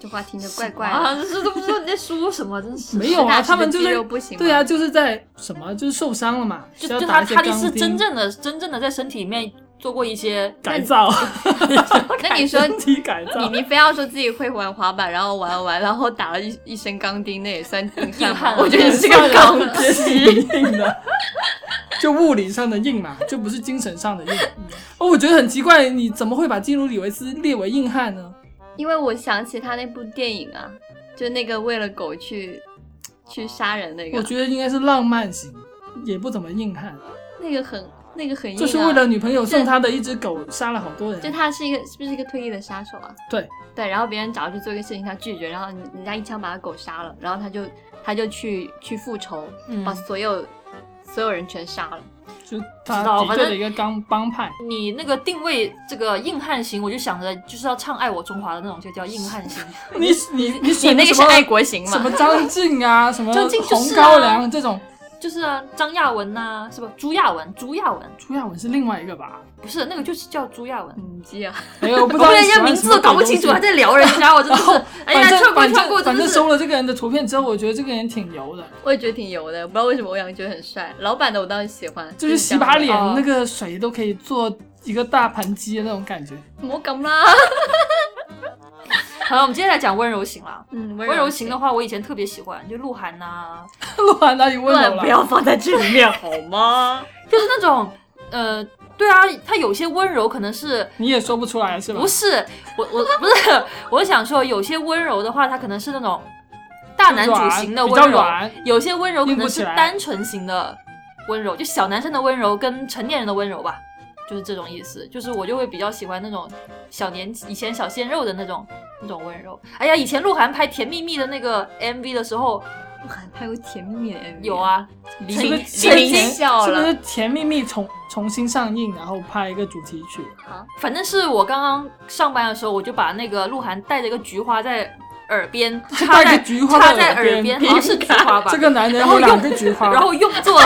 Speaker 3: 这话听着怪怪的。
Speaker 2: 啊，这是都不知道你在说什么，真是。
Speaker 1: 没有
Speaker 3: 实打实
Speaker 1: 啊，
Speaker 3: 的
Speaker 1: 他们就
Speaker 3: 肌
Speaker 1: 在
Speaker 3: 肉不行吗
Speaker 1: 对啊，就是在什么就是受伤了嘛，
Speaker 2: 就
Speaker 1: 需要
Speaker 2: 就
Speaker 1: 打
Speaker 2: 他
Speaker 1: 一些
Speaker 2: 他的
Speaker 1: 钢
Speaker 2: 是
Speaker 1: 钉
Speaker 2: 真正的真正的在身体里面做过一些
Speaker 1: 改造，
Speaker 3: 那你说
Speaker 1: 身体改
Speaker 3: 你
Speaker 1: 造，
Speaker 3: 你非要说自己会玩滑板，然后玩玩，然后打了一一身钢钉，那也算硬
Speaker 2: 硬
Speaker 3: 汉
Speaker 2: 汉
Speaker 3: 啊吗？我觉得你是个钢
Speaker 1: 钢筋硬的，就物理上的硬嘛，就不是精神上的硬。
Speaker 2: 嗯
Speaker 1: 哦，我觉得很奇怪，你怎么会把基努里维斯列为硬汉呢？
Speaker 3: 因为我想起他那部电影啊，就那个为了狗去去杀人那
Speaker 2: 啊
Speaker 3: 个，
Speaker 1: 我觉得应该是浪漫型，也不怎么硬汉，
Speaker 3: 那个很那个很硬、啊，
Speaker 1: 就是为了女朋友送他的一只狗杀了好多人
Speaker 3: 就。他是一个是不是一个退役的杀手啊？
Speaker 1: 对
Speaker 3: 对，然后别人找他去做一个事情，他拒绝，然后人人家一枪把他狗杀了，然后他就他就去去复仇，
Speaker 2: 嗯
Speaker 3: 把所有所有人全杀了。
Speaker 1: 就
Speaker 2: 知道
Speaker 1: 他敌
Speaker 2: 反
Speaker 1: 对
Speaker 2: 正
Speaker 1: 的一个帮帮派，
Speaker 2: 你那个定位这个硬汉型，我就想着就是要唱《爱我中华》的那种，就叫硬汉 型。
Speaker 1: 你你你
Speaker 3: 你
Speaker 1: 选的
Speaker 3: 那个是
Speaker 1: 什么
Speaker 3: 爱国型
Speaker 1: 什么
Speaker 3: 吗？
Speaker 1: 张 晋啊，什么
Speaker 2: 张晋就是
Speaker 1: 红
Speaker 2: 啊
Speaker 1: 高粱这种，
Speaker 2: 就是啊，张亚文呐、是吧？朱亚文，朱亚文
Speaker 1: 朱亚文是另外一个吧？
Speaker 2: 不是那个，就是叫朱亚文。
Speaker 3: 嗯，记啊，
Speaker 1: 哎呦，我不知
Speaker 2: 我
Speaker 1: 道
Speaker 2: 连
Speaker 1: 你
Speaker 2: 人
Speaker 1: 喜
Speaker 2: 家
Speaker 1: 欢
Speaker 2: 名
Speaker 1: 什
Speaker 2: 字
Speaker 1: 么
Speaker 2: 都搞不
Speaker 1: 鬼东
Speaker 2: 清
Speaker 1: 西哦
Speaker 2: 楚，还在聊人家，我真的 是，哎呀，
Speaker 1: 反正
Speaker 2: 跳过
Speaker 1: 反
Speaker 2: 跳过，真
Speaker 1: 正
Speaker 2: 的
Speaker 1: 反正
Speaker 2: 是。嗯
Speaker 1: 收了这个人的图片之后，我觉得这个人挺油的，
Speaker 3: 我也觉得挺油的，不知道为什么欧阳觉得很帅，老板的我倒是喜欢，
Speaker 1: 就是洗把脸
Speaker 2: 哦
Speaker 1: 那个水都可以做一个大盘鸡的那种 感觉。
Speaker 3: 我敢啦。
Speaker 2: 好了，我们接下来讲温柔型了。
Speaker 3: 嗯，温
Speaker 2: 温柔
Speaker 1: 啊
Speaker 2: 型的
Speaker 3: 话，
Speaker 2: 话，我以前特别喜欢，就鹿晗呐、
Speaker 1: 鹿晗哪里温柔
Speaker 3: 啊
Speaker 1: 啊
Speaker 3: 不
Speaker 1: 了？
Speaker 3: 要放在这里面好 吗？
Speaker 2: 就是那种，呃，对啊，他有些温柔可能是
Speaker 1: 你也说不出来是吧
Speaker 2: 不？是我我不是 我想说，有些温柔的话，他可能是那种大男主型的
Speaker 1: 比较
Speaker 2: 温柔，
Speaker 1: 软，
Speaker 2: 有些温柔可
Speaker 1: 硬
Speaker 2: 能
Speaker 1: 不起
Speaker 2: 是
Speaker 1: 来
Speaker 2: 单纯型的温柔，就小男生的温柔跟成年人的温柔吧，就是这种意思。就是我就会比较喜欢那种小年以前小鲜肉的那种那种温柔。哎呀，以前鹿晗拍《甜蜜蜜》的那个 MV 的时候，
Speaker 3: 我还拍过甜蜜蜜的 MV，
Speaker 2: 有，啊，
Speaker 3: 黎
Speaker 1: 是不
Speaker 3: 明
Speaker 1: 是
Speaker 3: 黎
Speaker 1: 前
Speaker 3: 明
Speaker 1: 前
Speaker 3: 笑
Speaker 1: 是不
Speaker 3: 了
Speaker 1: 是，甜蜜蜜重重新上映，然后拍一个主题曲？
Speaker 3: 好，
Speaker 2: 反正是我刚刚上班的时候，我就把那个鹿晗带着一个菊花在耳边插
Speaker 1: 带
Speaker 2: 在
Speaker 1: 个菊花
Speaker 2: 插
Speaker 1: 在
Speaker 2: 在
Speaker 1: 耳
Speaker 2: 耳
Speaker 1: 边
Speaker 2: 边，好像是菊花吧
Speaker 1: 这，个男人
Speaker 2: 然后
Speaker 1: 有两个
Speaker 2: 用
Speaker 1: 菊花，
Speaker 2: 然后用作，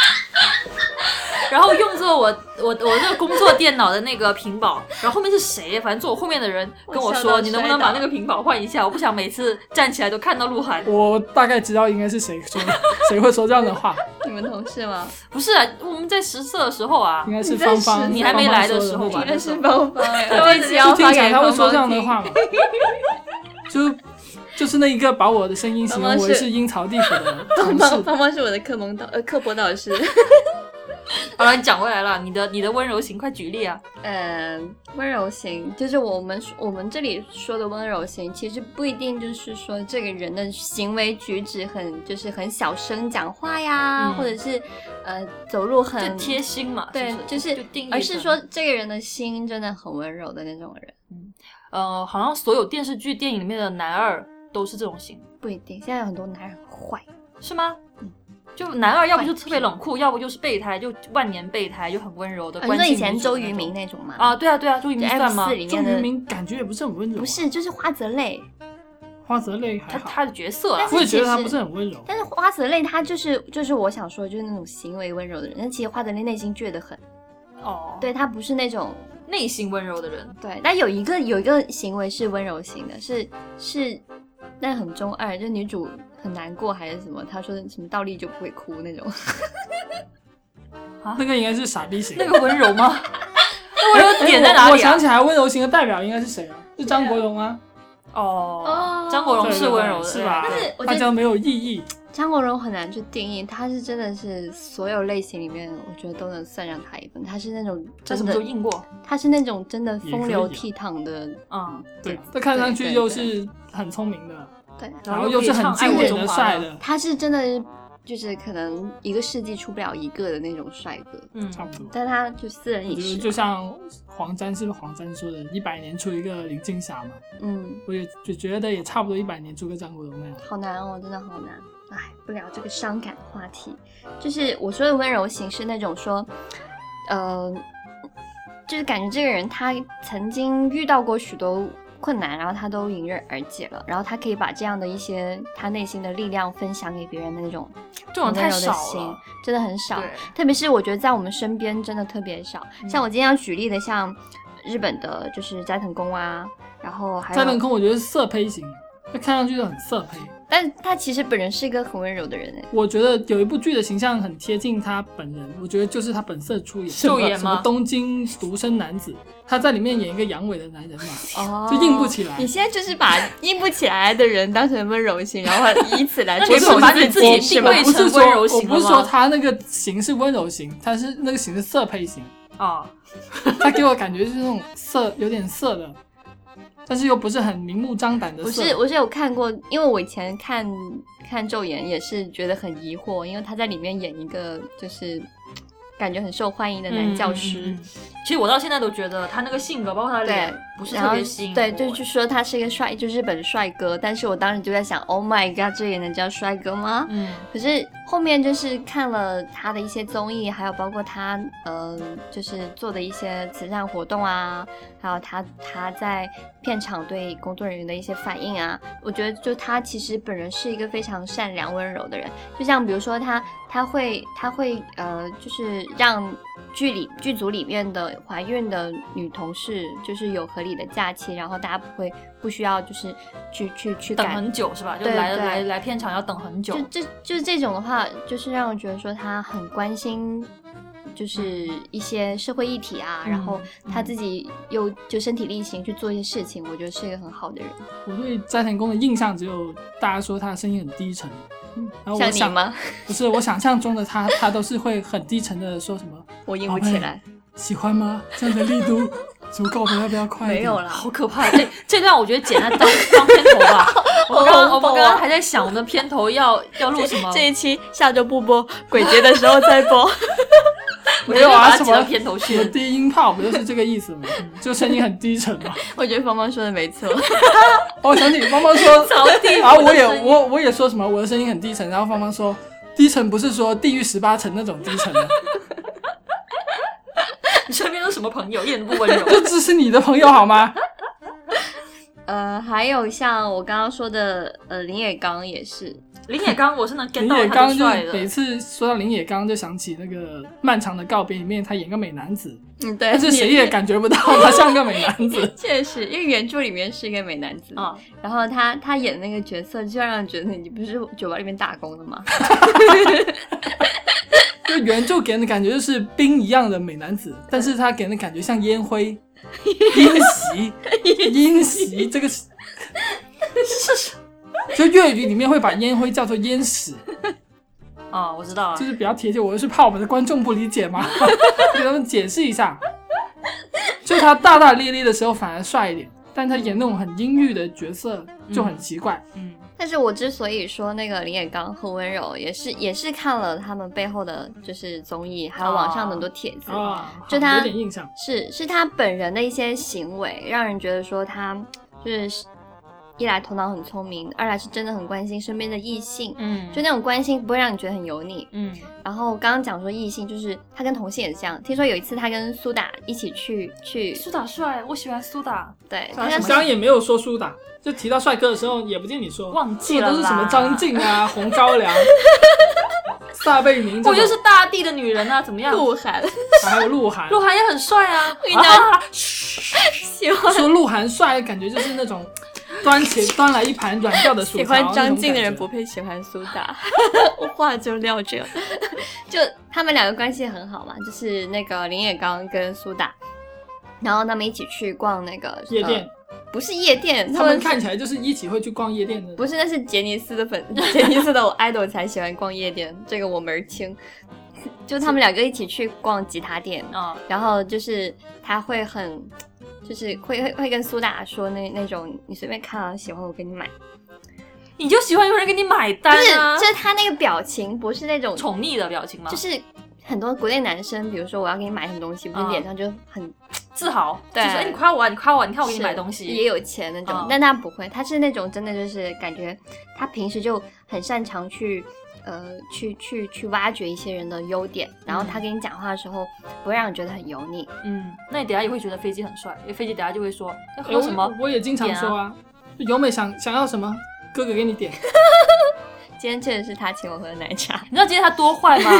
Speaker 2: 然后用作我我我这个工作电脑的那个屏保，然后后面是谁？反正坐我后面的人跟我
Speaker 3: 我笑到
Speaker 2: 说，你能不能
Speaker 3: 摔
Speaker 2: 把
Speaker 3: 倒
Speaker 2: 那个屏保换一下？我不想每次站起来都看到鹿 晗。
Speaker 1: 我大概知道应该是谁说的， 谁会说这样的话，
Speaker 3: 你们同事吗？
Speaker 2: 不是、啊我们在实测的时候啊
Speaker 1: 应，该是
Speaker 3: 你在
Speaker 1: 芳芳
Speaker 3: 十
Speaker 1: 芳芳
Speaker 2: 你还没来的时候吧
Speaker 1: 说
Speaker 3: 你
Speaker 1: 的那
Speaker 3: 认
Speaker 1: 种
Speaker 3: 识芳 芳哎，
Speaker 2: 对
Speaker 3: 这期
Speaker 1: 就
Speaker 3: 要
Speaker 1: 经
Speaker 3: 发
Speaker 1: 常
Speaker 3: 给
Speaker 1: 他会
Speaker 3: 芳
Speaker 1: 说这样
Speaker 3: 芳
Speaker 1: 的
Speaker 3: 听。
Speaker 1: 话嘛，就就是那一个把我的声音形容
Speaker 3: 妈
Speaker 1: 为
Speaker 3: 妈是
Speaker 1: 是阴曹地府的同
Speaker 3: 芳芳
Speaker 1: 事，
Speaker 3: 芳芳是我的克蒙导呃克博导师，
Speaker 2: 好了，你讲回来了，你的你的温柔型，快举例啊！
Speaker 3: 呃，温柔型就是我们我们这里说的温柔型，其实不一定就是说这个人的行为举止很就是很小声讲话呀，
Speaker 2: 嗯
Speaker 3: 或者是呃走
Speaker 2: 就
Speaker 3: 路很
Speaker 2: 贴心嘛，
Speaker 3: 对
Speaker 2: 是不，是
Speaker 3: 就是
Speaker 2: 就定义成，
Speaker 3: 而是说这个人的心真的很温柔的那种人，
Speaker 2: 呃，好像所有电视剧、电影里面的男二都是这种型，
Speaker 3: 不一定。现在有很多男人很坏，
Speaker 2: 是吗
Speaker 3: 嗯？
Speaker 2: 就男二，要不
Speaker 3: 坏
Speaker 2: 就特别冷酷，要不就是备胎，就万年备胎，就很温柔的
Speaker 3: 呃
Speaker 2: 关
Speaker 3: 你说
Speaker 2: 心女
Speaker 3: 以
Speaker 2: 主的那种。
Speaker 3: 前周渝民那种嘛，
Speaker 2: 啊，对啊对啊，周渝
Speaker 3: 就
Speaker 2: 民
Speaker 3: F
Speaker 2: 算吗
Speaker 3: 四？里
Speaker 1: 周
Speaker 3: 面
Speaker 1: 渝
Speaker 3: 的
Speaker 1: 民感觉也不是很温柔啊，
Speaker 3: 不是就是花泽类，
Speaker 1: 花泽类还
Speaker 2: 他
Speaker 1: 好，
Speaker 2: 他的角色啊
Speaker 3: 但，是
Speaker 1: 我也觉得
Speaker 3: 其
Speaker 1: 他
Speaker 3: 实
Speaker 1: 不是很温柔，
Speaker 3: 但是花泽类他就是就是我想说的就是那种行为温柔的人，但其实花泽类内心倔得很，
Speaker 2: 哦，，
Speaker 3: 对他不是那种
Speaker 2: 内心温柔的人，
Speaker 3: 对，但有一个有一个行为是温柔型的，是是，但很中二，就女主很难过还是什么，他说什么倒立就不会哭那种。
Speaker 1: 那个应该是傻逼型。
Speaker 2: 那个温柔吗？ 那温柔
Speaker 1: 哎
Speaker 2: 点在哪
Speaker 1: 我我
Speaker 2: 里啊
Speaker 1: 想？起来，温柔型的代表应该是谁啊？是张国荣啊，
Speaker 2: 哦
Speaker 3: 哦，
Speaker 2: 张国荣是温柔的，
Speaker 1: 是吧？
Speaker 3: 但是我觉
Speaker 1: 他
Speaker 3: 得
Speaker 1: 叫没有意义，
Speaker 3: 张国荣很难去定义，他是真的是所有类型里面，我觉得都能算上他一份。他是那种
Speaker 2: 他
Speaker 3: 真
Speaker 2: 什么时
Speaker 3: 的
Speaker 2: 候，硬过？
Speaker 3: 他是那种真的
Speaker 1: 可以
Speaker 3: 风流
Speaker 1: 啊
Speaker 3: 倜傥的，
Speaker 2: 嗯，
Speaker 1: 对
Speaker 3: 对，
Speaker 1: 这看上去
Speaker 3: 对对
Speaker 1: 又是很聪明的，
Speaker 3: 对，
Speaker 1: 然后又是很
Speaker 2: 爱
Speaker 1: 精
Speaker 2: 我
Speaker 1: 明
Speaker 2: 中
Speaker 1: 的
Speaker 2: 华
Speaker 1: 帅
Speaker 2: 了，
Speaker 1: 的，
Speaker 3: 他是真的是就是可能一个世纪出不了一个的那种帅哥，
Speaker 2: 嗯，
Speaker 1: 差不多。
Speaker 3: 但他就私人
Speaker 1: 我
Speaker 3: 饮
Speaker 1: 觉得
Speaker 3: 食，
Speaker 1: 就
Speaker 2: 啊
Speaker 1: 像黄沾，是不是黄沾说的，一百年出一个林青霞嘛？
Speaker 3: 嗯，
Speaker 1: 我也就觉得也差不多一百年出个张国荣那样。
Speaker 3: 好难哦，真的好难。哎，不聊这个伤感话题，就是我说的温柔型是那种说，呃，就是感觉这个人他曾经遇到过许多困难，然后他都迎刃而解了，然后他可以把这样的一些他内心的力量分享给别人的那种
Speaker 2: 这种
Speaker 3: 温
Speaker 2: 太
Speaker 3: 柔的
Speaker 2: 少
Speaker 3: 心
Speaker 2: 了，，
Speaker 3: 真的很少。
Speaker 2: 对，
Speaker 3: 特别是我觉得在我们身边真的特别少。
Speaker 2: 嗯
Speaker 3: 像我今天要举例的，像日本的就是斋藤工啊，然后
Speaker 2: 哎
Speaker 3: 还有
Speaker 1: 蔡冷空我觉得是色胚型，就看上去就很色胚。
Speaker 3: 但他其实本人是一个很温柔的人哎，
Speaker 1: 我觉得有一部剧的形象很贴近他本人，我觉得就是他本色出演，
Speaker 2: 秀妍吗
Speaker 1: 什么东京独身男子，他在里面演一个阳痿的男人 嘛，
Speaker 3: 哦
Speaker 1: 就硬不起来
Speaker 3: 你。现在就是把硬不起来的人当成温柔型，然后以此来
Speaker 2: 那
Speaker 3: 追
Speaker 2: 你
Speaker 1: 不是
Speaker 3: 捧
Speaker 2: 是把你
Speaker 3: 自
Speaker 2: 自己
Speaker 3: 己是
Speaker 2: 定
Speaker 3: 吧？
Speaker 2: 位
Speaker 1: 我不是
Speaker 2: 成
Speaker 1: 说
Speaker 2: 温柔
Speaker 1: 我
Speaker 2: 型
Speaker 1: 不
Speaker 2: 了
Speaker 1: 是说
Speaker 2: 吗？
Speaker 1: 他那个型是温柔型，他是那个型是色胚型，
Speaker 2: 哦，
Speaker 1: 他给我感觉就是那种色有点色的，但是又不是很明目张胆的
Speaker 3: 我
Speaker 1: 色。
Speaker 3: 是我是有看过，因为我以前看看《昼颜》也是觉得很疑惑，因为他在里面演一个就是感觉很受欢迎的男教
Speaker 2: 嗯
Speaker 3: 师，
Speaker 2: 嗯嗯嗯其实我到现在都觉得他那个性格，包括他的脸
Speaker 3: 对，
Speaker 2: 不是
Speaker 3: 然
Speaker 2: 特
Speaker 3: 后
Speaker 2: 别吸引
Speaker 3: 对，
Speaker 2: 我
Speaker 3: 就就说他是一个帅，就日本帅哥。但是我当时就在想，Oh my god，这也能叫帅哥吗？
Speaker 2: 嗯，
Speaker 3: 可是后面就是看了他的一些综艺，还有包括他呃，就是做的一些慈善活动啊，还有他他在片场对工作人员的一些反应啊，我觉得就他其实本人是一个非常善良温柔的人。就像比如说他他会他会呃，就是让剧里剧组里面的怀孕的女同事就是有合理的假期，然后大家不会不需要就是去去去
Speaker 2: 等
Speaker 3: 赶
Speaker 2: 很久是吧？就
Speaker 3: 对
Speaker 2: 来
Speaker 3: 对
Speaker 2: 来来片场要等很久
Speaker 3: 就，这就是这种的话，就是让我觉得说他很关心，就是一些社会议题啊，
Speaker 2: 嗯
Speaker 3: 然后他自己又就身体力行去做一些事情，我觉得是一个很好的人。
Speaker 1: 我对斋藤工的印象只有大家说他声音很低沉，
Speaker 2: 嗯
Speaker 1: 然后我
Speaker 3: 像
Speaker 1: 想
Speaker 3: 你吗？
Speaker 1: 不是我想象中的他，他都是会很低沉的说什么啊
Speaker 3: 我硬不起来，
Speaker 1: 喜欢吗？这样的力度足够吗？要不要快一点？
Speaker 3: 没有啦。
Speaker 2: 好可怕！这这段我觉得剪在当当片头 吧。我刚
Speaker 3: 好
Speaker 2: 我
Speaker 3: 恐怖啊
Speaker 2: 们刚刚还在想我们的片头 要要录什么，
Speaker 3: 这一期下周不播，鬼节的时候再播。
Speaker 2: 我
Speaker 1: 没有啊
Speaker 2: 把它
Speaker 1: 什
Speaker 2: 剪到
Speaker 1: 么
Speaker 2: 片头去
Speaker 1: 什么。低音炮不就是这个意思 吗？就声音很低沉嘛。
Speaker 3: 我觉得芳芳说的没错，
Speaker 1: 哦，想起芳 芳说
Speaker 2: 草地
Speaker 1: 然后我也
Speaker 2: 我的声音
Speaker 1: 我我也说什么我的声音很低沉，然后芳芳说低沉不是说地狱十八层那种低 沉的，
Speaker 2: 你身边都什么朋友，一点都不温柔。
Speaker 1: 这只是你的朋友好吗？
Speaker 3: 呃，还有像我刚刚说的，呃，林野刚也是，
Speaker 2: 林野刚，我是能 get
Speaker 1: 林
Speaker 2: 到
Speaker 1: 野
Speaker 2: 他的
Speaker 1: 刚就
Speaker 2: 帅
Speaker 1: 是每
Speaker 2: 的。
Speaker 1: 次说到林野刚就想起那个《漫长的告别》里面他演个美男子，
Speaker 3: 嗯，对，。
Speaker 1: 但是谁也感觉不到他像个美男子
Speaker 3: 确实，因为原著里面是一个美男子
Speaker 2: 啊，
Speaker 3: 然后他他演的那个角色，就让人觉得你不是酒吧里面打工的吗？
Speaker 1: 就原著给人的感觉就是冰一样的美男子，但是他给人的感觉像 烟灰、阴袭、阴袭，这个 是。就粤语里面会把烟灰叫做烟屎，
Speaker 2: 啊，我知道啊
Speaker 1: 就。是比较贴切。我是怕我们的观众不理解嘛， 给他们解释一下。就他大大咧咧的时候反而帅一点，但他演那种很阴郁的角色就很奇怪。
Speaker 2: 嗯，
Speaker 3: 但是我之所以说那个林野刚和温柔，也是也是看了他们背后的就是综艺，还有网上的很多帖子，
Speaker 1: 啊，
Speaker 3: 嗯就他
Speaker 1: 有点印象。
Speaker 3: 是是他本人的一些行为，让人觉得说他就是一来头脑很聪明，二来是真的很关心身边的异性，
Speaker 2: 嗯，
Speaker 3: 就那种关心不会让你觉得很油腻，
Speaker 2: 嗯，
Speaker 3: 然后刚刚讲说异性，就是他跟同性也像。听说有一次他跟苏打一起去去，
Speaker 2: 苏打帅，我喜欢苏打。
Speaker 3: 对，
Speaker 2: 苏打
Speaker 3: 他
Speaker 2: 什
Speaker 3: 跟
Speaker 2: 么
Speaker 1: 刚刚也没有说苏打，就提到帅哥的时候也不见你说，
Speaker 2: 忘记了啦
Speaker 1: 这都是什么张晋啊、红高粱、撒贝宁这种，
Speaker 2: 我就是大地的女人啊，怎么样？
Speaker 3: 鹿晗
Speaker 1: 还有鹿晗。
Speaker 2: 鹿晗也很帅啊。
Speaker 3: 你讲
Speaker 2: 啊
Speaker 3: 喜欢
Speaker 1: 说鹿晗帅，感觉就是那种端起端来一盘软掉的薯条。
Speaker 3: 喜欢张晋
Speaker 1: 晋
Speaker 3: 的人不配喜欢苏打，我话就撂这。就他们两个关系很好嘛，就是那个林野刚跟苏打，然后他们一起去逛那个
Speaker 1: 夜店，，
Speaker 3: 呃不是夜店，
Speaker 1: 他们看起来就是一起会去逛夜店的人。
Speaker 3: 不是，那是杰尼斯的粉， 杰尼斯的我 idol 才喜欢逛夜店，这个我门儿清。 就他们两个一起去逛吉他店，
Speaker 2: 啊，
Speaker 3: 然后就是他会很，就是会会会跟苏打说那那种你随便看啊，喜欢我给你买，
Speaker 2: 你就喜欢有人给你买
Speaker 3: 就
Speaker 2: 单
Speaker 3: 是
Speaker 2: 啊，
Speaker 3: 就是他那个表情不是那种，
Speaker 2: 宠溺的表情吗？
Speaker 3: 就是很多国内男生，比如说我要给你买什么东西，不是
Speaker 2: 嗯
Speaker 3: 脸上就很
Speaker 2: 自豪，
Speaker 3: 对
Speaker 2: 就是哎你夸我啊，你夸我啊，你看我给你
Speaker 3: 是
Speaker 2: 买东西，
Speaker 3: 也有钱那种，
Speaker 2: 嗯
Speaker 3: 但他不会，他是那种真的就是感觉他平时就很擅长去呃去去去挖掘一些人的优点，然后他跟你讲话的时候不会让你觉得很油腻，
Speaker 2: 嗯，那你等下也会觉得飞机很帅，因为飞机等下就会说要
Speaker 1: 哎
Speaker 2: 喝
Speaker 1: 我
Speaker 2: 什么，
Speaker 1: 我也经常说啊，就由美想想要什么，哥哥给你点。
Speaker 3: 今天真的是他请我喝奶茶，
Speaker 2: 你知道今天他多坏 吗？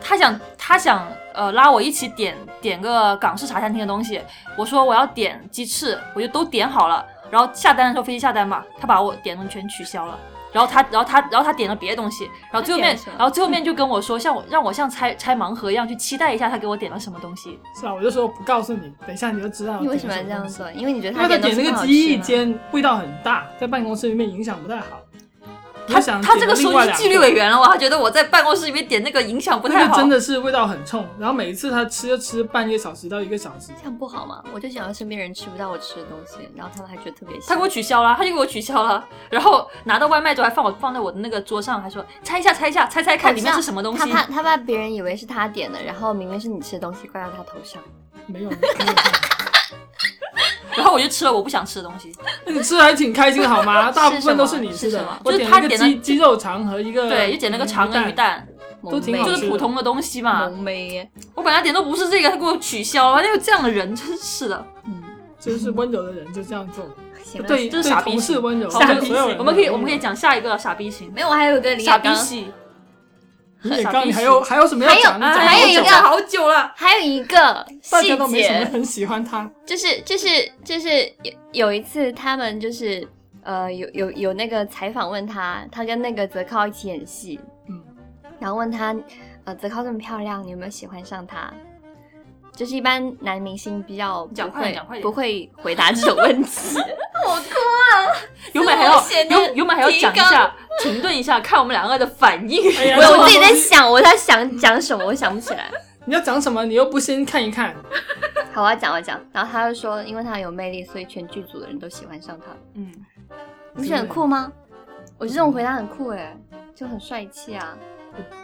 Speaker 2: 他想他想呃拉我一起点点个港式茶餐厅的东西，我说我要点鸡翅，我就都点好了，然后下单的时候飞机下单嘛，他把我点的全取消了。然后他，然后他，然后他点了别的东西，然后最后
Speaker 3: 他
Speaker 2: 面
Speaker 3: 点了什么，
Speaker 2: 然后最后面就跟我说，像我让我像拆拆盲盒一样去期待一下他给我点了什么东西。
Speaker 1: 是啊，我就说不告诉你，等一下你就知
Speaker 2: 哦
Speaker 1: 道。
Speaker 3: 你为什么要这样？做？因为你觉得
Speaker 1: 因为他
Speaker 3: 点东
Speaker 1: 点
Speaker 3: 西
Speaker 1: 那
Speaker 3: 不
Speaker 1: 个
Speaker 3: 好
Speaker 1: 鸡翼
Speaker 3: 吃吗？
Speaker 1: 煎味道很大，在办公室里面影响不太好。
Speaker 2: 他
Speaker 1: 我想
Speaker 2: 他
Speaker 1: 点
Speaker 2: 这个
Speaker 1: 另
Speaker 2: 时候
Speaker 1: 外
Speaker 2: 是
Speaker 1: 两
Speaker 2: 纪律
Speaker 1: 个
Speaker 2: 委员了，我他觉得我在办公室里面点那个影响不太
Speaker 1: 那
Speaker 2: 好。
Speaker 1: 个真的是味道很冲，然后每一次他吃就吃半个小时到一个小时。
Speaker 3: 这样不好吗？我就想要身边人吃不到我吃的东西，然后他们还觉得特别香。
Speaker 2: 他给我取消了，他就给我取消了，然后拿到外卖之后还放我放在我的那个桌上，还说拆一下拆一下拆拆看里面是什么东
Speaker 3: 他
Speaker 2: 西。
Speaker 3: 怕他怕别人以为是他点的，然后明明是你吃的东西怪到他头上。
Speaker 1: 没有，没有
Speaker 2: 然后我就吃了我不想吃的东西，
Speaker 1: 那你吃的还挺开心好 吗？大部
Speaker 3: 是什
Speaker 1: 分
Speaker 3: 么
Speaker 1: 都是你吃
Speaker 3: 是
Speaker 1: 的
Speaker 3: 什么，
Speaker 2: 就
Speaker 1: 我
Speaker 2: 是
Speaker 1: 点
Speaker 2: 他
Speaker 1: 了一个
Speaker 2: 点的
Speaker 1: 鸡鸡肉肠和一个
Speaker 2: 对，就点了个长
Speaker 1: 的
Speaker 2: 跟鱼，蛋，
Speaker 1: 都
Speaker 3: 嗯
Speaker 1: 挺好
Speaker 2: 就
Speaker 1: 吃的
Speaker 2: 是普通的东西嘛。
Speaker 3: 萌妹耶，
Speaker 2: 我本来点都不是这个，他给我取消了，那有这样的人真是的。
Speaker 3: 嗯，
Speaker 1: 就是温柔的人就这样做，
Speaker 3: 行了，
Speaker 1: 对
Speaker 2: 这
Speaker 1: 对
Speaker 2: 是傻逼
Speaker 1: 同事
Speaker 2: 型
Speaker 1: 温柔，
Speaker 2: 好
Speaker 1: 对
Speaker 2: 我们
Speaker 1: 所有人
Speaker 2: 我们可以
Speaker 1: 都
Speaker 2: 我们可以讲下一个傻逼型，
Speaker 3: 没有，我还有一个林
Speaker 2: 傻
Speaker 3: 野
Speaker 2: 逼
Speaker 3: 刚，
Speaker 2: 系。
Speaker 1: 温柔你也
Speaker 2: 傻
Speaker 1: 刚
Speaker 2: 逼
Speaker 1: 你还
Speaker 2: 型
Speaker 1: 有还有什么要
Speaker 3: 还有
Speaker 1: 讲的？
Speaker 2: 啊
Speaker 1: 讲
Speaker 3: 还有一
Speaker 1: 好久
Speaker 3: 个
Speaker 1: 了
Speaker 2: 好久了，
Speaker 3: 还有一个
Speaker 1: 大
Speaker 3: 细
Speaker 1: 家都没什么
Speaker 3: 节，
Speaker 1: 很喜欢他，
Speaker 3: 就是就是就是有有一次他们就是呃有有有那个采访问他，他跟那个泽靠一起演戏，
Speaker 1: 嗯，
Speaker 3: 然后问他呃泽靠这么漂亮，你有没有喜欢上她？就是一般男明星比较不
Speaker 2: 讲快点
Speaker 3: 会
Speaker 2: 讲快点
Speaker 3: 不会回答这种问题，
Speaker 2: 尤美还要
Speaker 3: 我写的
Speaker 2: 尤尤美还要讲一下，停顿一下，看我们两个的反应。
Speaker 1: 哎呀
Speaker 3: 我我自己在想我在想讲什么，我想不起来。
Speaker 1: 你要讲什么？你又不先看一看，
Speaker 3: 好，我要讲我要讲，然后他就说，因为他有魅力，所以全剧组的人都喜欢上他。
Speaker 2: 嗯，
Speaker 3: 你不觉得很酷吗？我觉得这种回答很酷哎、就很帅气啊。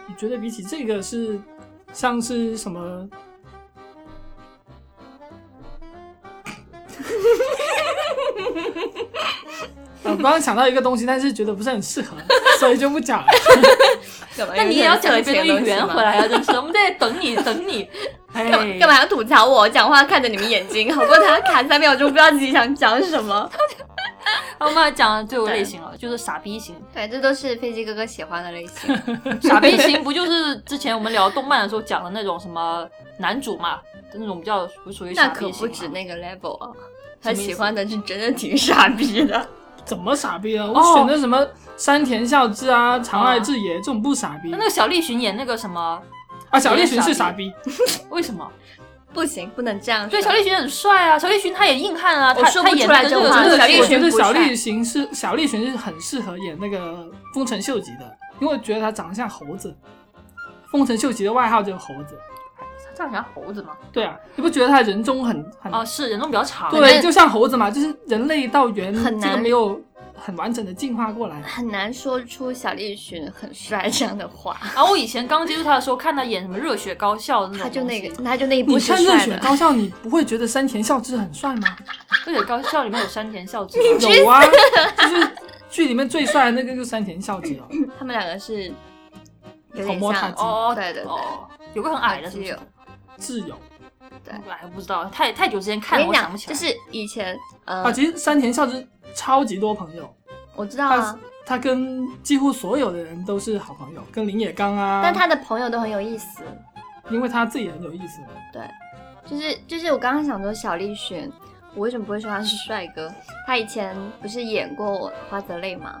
Speaker 1: 你觉得比起这个是像是什么？ 我刚刚想到一个东西，但是觉得不是很适合，所以就不讲了。
Speaker 3: 那
Speaker 2: 那你也要讲一
Speaker 3: 哎
Speaker 2: 遍东西圆回？来啊！真是，我们在等你，等你。哎，
Speaker 3: 干？嘛要吐槽我？我讲话看着你们眼睛，好过他卡三秒钟，不知道自己想讲什 么。
Speaker 2: 我们要讲最后类型了，就是傻逼型。
Speaker 3: 对，这都是飞机哥哥喜欢的类 型。
Speaker 2: 傻逼型不就是之前我们聊动漫的时候讲的那种什么男主嘛，那种比较不属于
Speaker 3: 那
Speaker 2: 傻
Speaker 3: 可
Speaker 2: 逼
Speaker 3: 不
Speaker 2: 型
Speaker 3: 止
Speaker 2: 嘛。
Speaker 3: 那个 level 啊，
Speaker 2: 什么
Speaker 3: 他
Speaker 2: 意思
Speaker 3: 喜欢的是真的挺傻逼的。
Speaker 1: 怎么傻逼啊呢？我
Speaker 2: 哦
Speaker 1: 选的什么山田孝之啊、长濑智也这种不傻逼
Speaker 2: 哦那那个小栗旬演那个什么？
Speaker 1: 啊，小栗旬是
Speaker 2: 傻
Speaker 1: 傻逼，
Speaker 2: 为什么？
Speaker 3: 不行，不能这样说。
Speaker 2: 对，小栗旬很帅啊，小栗旬他也硬汉啊，
Speaker 3: 我
Speaker 2: 他
Speaker 3: 说
Speaker 2: 他
Speaker 3: 不
Speaker 2: 演
Speaker 3: 出来
Speaker 2: 的
Speaker 3: 这
Speaker 2: 这个
Speaker 3: 话
Speaker 2: 真
Speaker 1: 真的
Speaker 2: 的
Speaker 3: 小栗
Speaker 1: 我
Speaker 2: 是
Speaker 1: 觉
Speaker 3: 旬
Speaker 1: 得
Speaker 3: 不帅
Speaker 1: 小栗旬是小栗旬是很适合演那个丰臣秀吉的，因为我觉得他长得像猴子。丰臣秀吉的外号就是猴子。
Speaker 2: 这样像猴子嘛？
Speaker 1: 对啊，你不觉得他人中很很、
Speaker 2: 哦，是人中比较长。
Speaker 1: 对，
Speaker 3: 但
Speaker 1: 就像猴子嘛，就是人类到猿
Speaker 3: 很
Speaker 1: 这个
Speaker 3: 难
Speaker 1: 没有很完整的进化过来。
Speaker 3: 很难说出小栗旬很帅这样的话。
Speaker 2: 然后我以前刚接触他的时候，看他演什么热血高校的那种
Speaker 3: 他就
Speaker 2: 东
Speaker 3: 那
Speaker 2: 西
Speaker 3: 个，他就那一
Speaker 1: 你
Speaker 3: 部是
Speaker 1: 看热
Speaker 3: 帅
Speaker 1: 血
Speaker 3: 的。
Speaker 1: 高校，你不会觉得山田孝之很帅吗？
Speaker 2: 热血高校里面有山田孝之吗，
Speaker 1: 有啊，就是剧里面最帅的那个就是山田孝之了。
Speaker 3: 他们两个是有
Speaker 1: 好
Speaker 3: 点
Speaker 1: 摸他
Speaker 3: 像
Speaker 1: 鸡
Speaker 2: 哦，
Speaker 3: 对对对
Speaker 2: 哦，有个很矮的是不
Speaker 3: 基
Speaker 2: 是
Speaker 3: 友？
Speaker 1: 挚友
Speaker 2: 哎，不知道，太太久之前
Speaker 3: 我
Speaker 2: 看
Speaker 3: 跟
Speaker 2: 了，
Speaker 3: 你
Speaker 2: 我想不
Speaker 3: 讲，
Speaker 2: 起
Speaker 3: 就
Speaker 2: 来。
Speaker 3: 是以前，
Speaker 1: 啊，
Speaker 3: 呃，
Speaker 1: 其实山田孝之超级多朋友，
Speaker 3: 我知道啊，
Speaker 1: 他跟几乎所有的人都是好朋友，跟林野刚啊，
Speaker 3: 但他的朋友都很有意思。
Speaker 1: 因为他自己很有意思，
Speaker 3: 就是就是，我刚刚想说小栗旬，我为什么不会说 他是帅哥？他以前不是演过《花泽类》吗？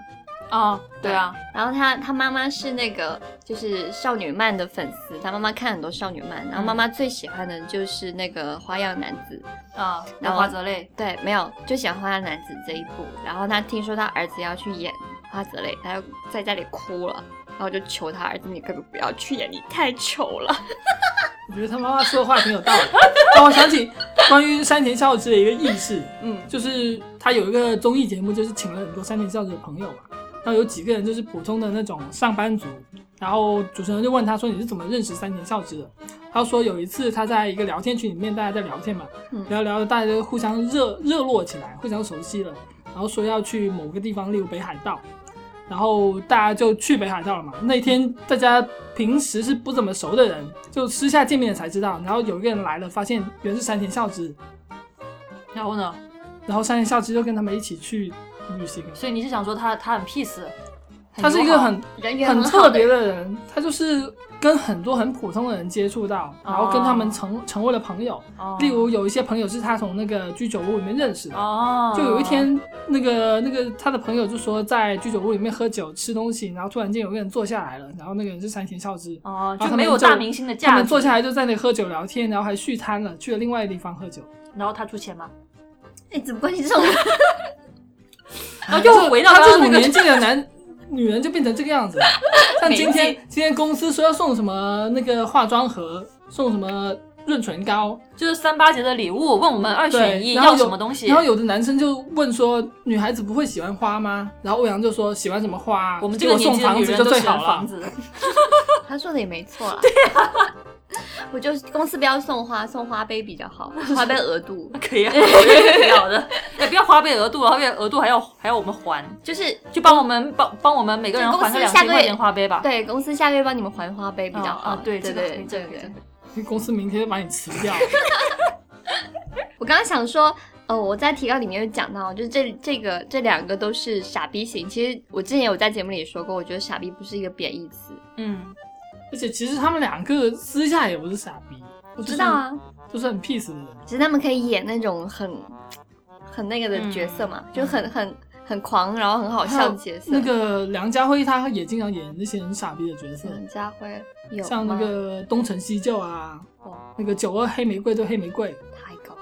Speaker 2: 啊，对啊，
Speaker 3: 然后他他妈妈是那个就是少女漫的粉丝，他妈妈看很多少女漫，然后妈
Speaker 2: 嗯
Speaker 3: 妈最喜欢的就是那个《花样男子》
Speaker 2: 啊，那
Speaker 3: 然后
Speaker 2: 花泽类，
Speaker 3: 对，没有就喜欢《花样男子》这一部。然后他听说他儿子要去演花泽类，他又在家里哭了，然后就求他儿子，你可不可以不要去演，你太丑 了。
Speaker 1: 我觉得他妈妈说的话挺有道理， 让我想起关于山田孝之的一个轶事，
Speaker 3: 嗯
Speaker 1: 就是他有一个综艺节目，就是请了很多山田孝之的朋友嘛，然后有几个人就是普通的那种上班族，然后主持人就问他说你是怎么认识山田孝之的？他说有一次他在一个聊天群里面，大家在聊天嘛，
Speaker 3: 嗯
Speaker 1: 聊着聊着大家就互相热热络起来，互相熟悉了，然后说要去某个地方，例如北海道。然后大家就去北海道了嘛。那天大家平时是不怎么熟的人，就私下见面才知道。然后有一个人来了，发现原是山田孝之，
Speaker 2: 然后呢？
Speaker 1: 然后山田孝之就跟他们一起去旅行了。
Speaker 2: 所以你是想说他他很 peace，很
Speaker 1: 他是一
Speaker 2: 友
Speaker 1: 个
Speaker 2: 好哎
Speaker 1: 很
Speaker 3: 人缘
Speaker 1: 很
Speaker 3: 好
Speaker 1: 特别
Speaker 3: 的
Speaker 1: 的人，他就是跟很多很普通的人接触到，然后跟他们成成为了朋友。
Speaker 2: 哦
Speaker 1: 例如有一些朋友是他从那个居酒屋里面认识的，
Speaker 2: 哦，
Speaker 1: 就有一天，那个那个他的朋友就说在居酒屋里面喝酒吃东西，然后突然间有个人坐下来了，然后那个人是山田孝之，
Speaker 2: 哦，
Speaker 1: 然后他
Speaker 2: 就
Speaker 1: 们
Speaker 2: 没有
Speaker 1: 就
Speaker 2: 大明星的
Speaker 1: 他
Speaker 2: 架
Speaker 1: 们
Speaker 2: 子，
Speaker 1: 坐下来就在那里喝酒聊天，然后还续摊了，去了另外一个地方 喝酒，
Speaker 2: 然后他出钱吗？
Speaker 3: 哎，怎么关系这种？
Speaker 2: 然后哦又回到
Speaker 1: 他
Speaker 2: 刚
Speaker 1: 这
Speaker 2: 刚那
Speaker 1: 种
Speaker 2: 个
Speaker 1: 年纪的男女人就变成这个 样子了。像今天
Speaker 2: 年
Speaker 1: 今天公司说要送什么那个化妆盒，送什么润唇膏，
Speaker 2: 就是三八节的礼物，问我们二选一
Speaker 1: 对然后
Speaker 2: 要
Speaker 1: 有
Speaker 2: 什么东西
Speaker 1: 然，后有的男生就问说女孩子不会喜欢花吗？然后欧阳就说喜欢什么花啊，
Speaker 2: 我们这个
Speaker 1: 给
Speaker 2: 年
Speaker 1: 送
Speaker 2: 纪的
Speaker 1: 房
Speaker 2: 女
Speaker 1: 子
Speaker 2: 人
Speaker 1: 就
Speaker 2: 都
Speaker 1: 最
Speaker 2: 喜欢
Speaker 1: 好了
Speaker 2: 房。子，
Speaker 3: 他说的也没错啦。对啊， 我就是公司不要送花，送花杯比较 好，花杯额度。
Speaker 2: 可以啊，我觉得挺好 的，也不要花呗额度，花呗额度还要还要我们还，
Speaker 3: 就是
Speaker 2: 就帮我们帮帮我们每个人还个两千块钱花呗吧。
Speaker 3: 对公司下个月帮你们还花呗比较好。
Speaker 2: 啊，对
Speaker 3: 对
Speaker 2: 这个
Speaker 3: 对
Speaker 2: 这
Speaker 3: 对
Speaker 2: 个这
Speaker 3: 对
Speaker 2: 个。
Speaker 1: 公司明天就把你辞掉。
Speaker 3: 我刚刚想说，呃，我在提纲里面有讲到，就是这这个这两个都是傻逼型。其实我之前有在节目里也说过，我觉得傻逼不是一个贬义词。
Speaker 2: 嗯，
Speaker 1: 而且其实他们两个私下也不是傻逼，我
Speaker 3: 我知道，啊，
Speaker 1: 都是很 peace 的人。
Speaker 3: 只是他们可以演那种很很那个
Speaker 1: 嗯
Speaker 3: 的角色嘛，就很很很狂，然后很好笑的角色。
Speaker 1: 那个梁家辉他也经常演那些很傻逼的角色，
Speaker 3: 陈家辉嗯有吗
Speaker 1: 像那个《东成西就》啊
Speaker 3: 哦，
Speaker 1: 那个《九二黑玫瑰对黑玫瑰》。
Speaker 3: 太高了，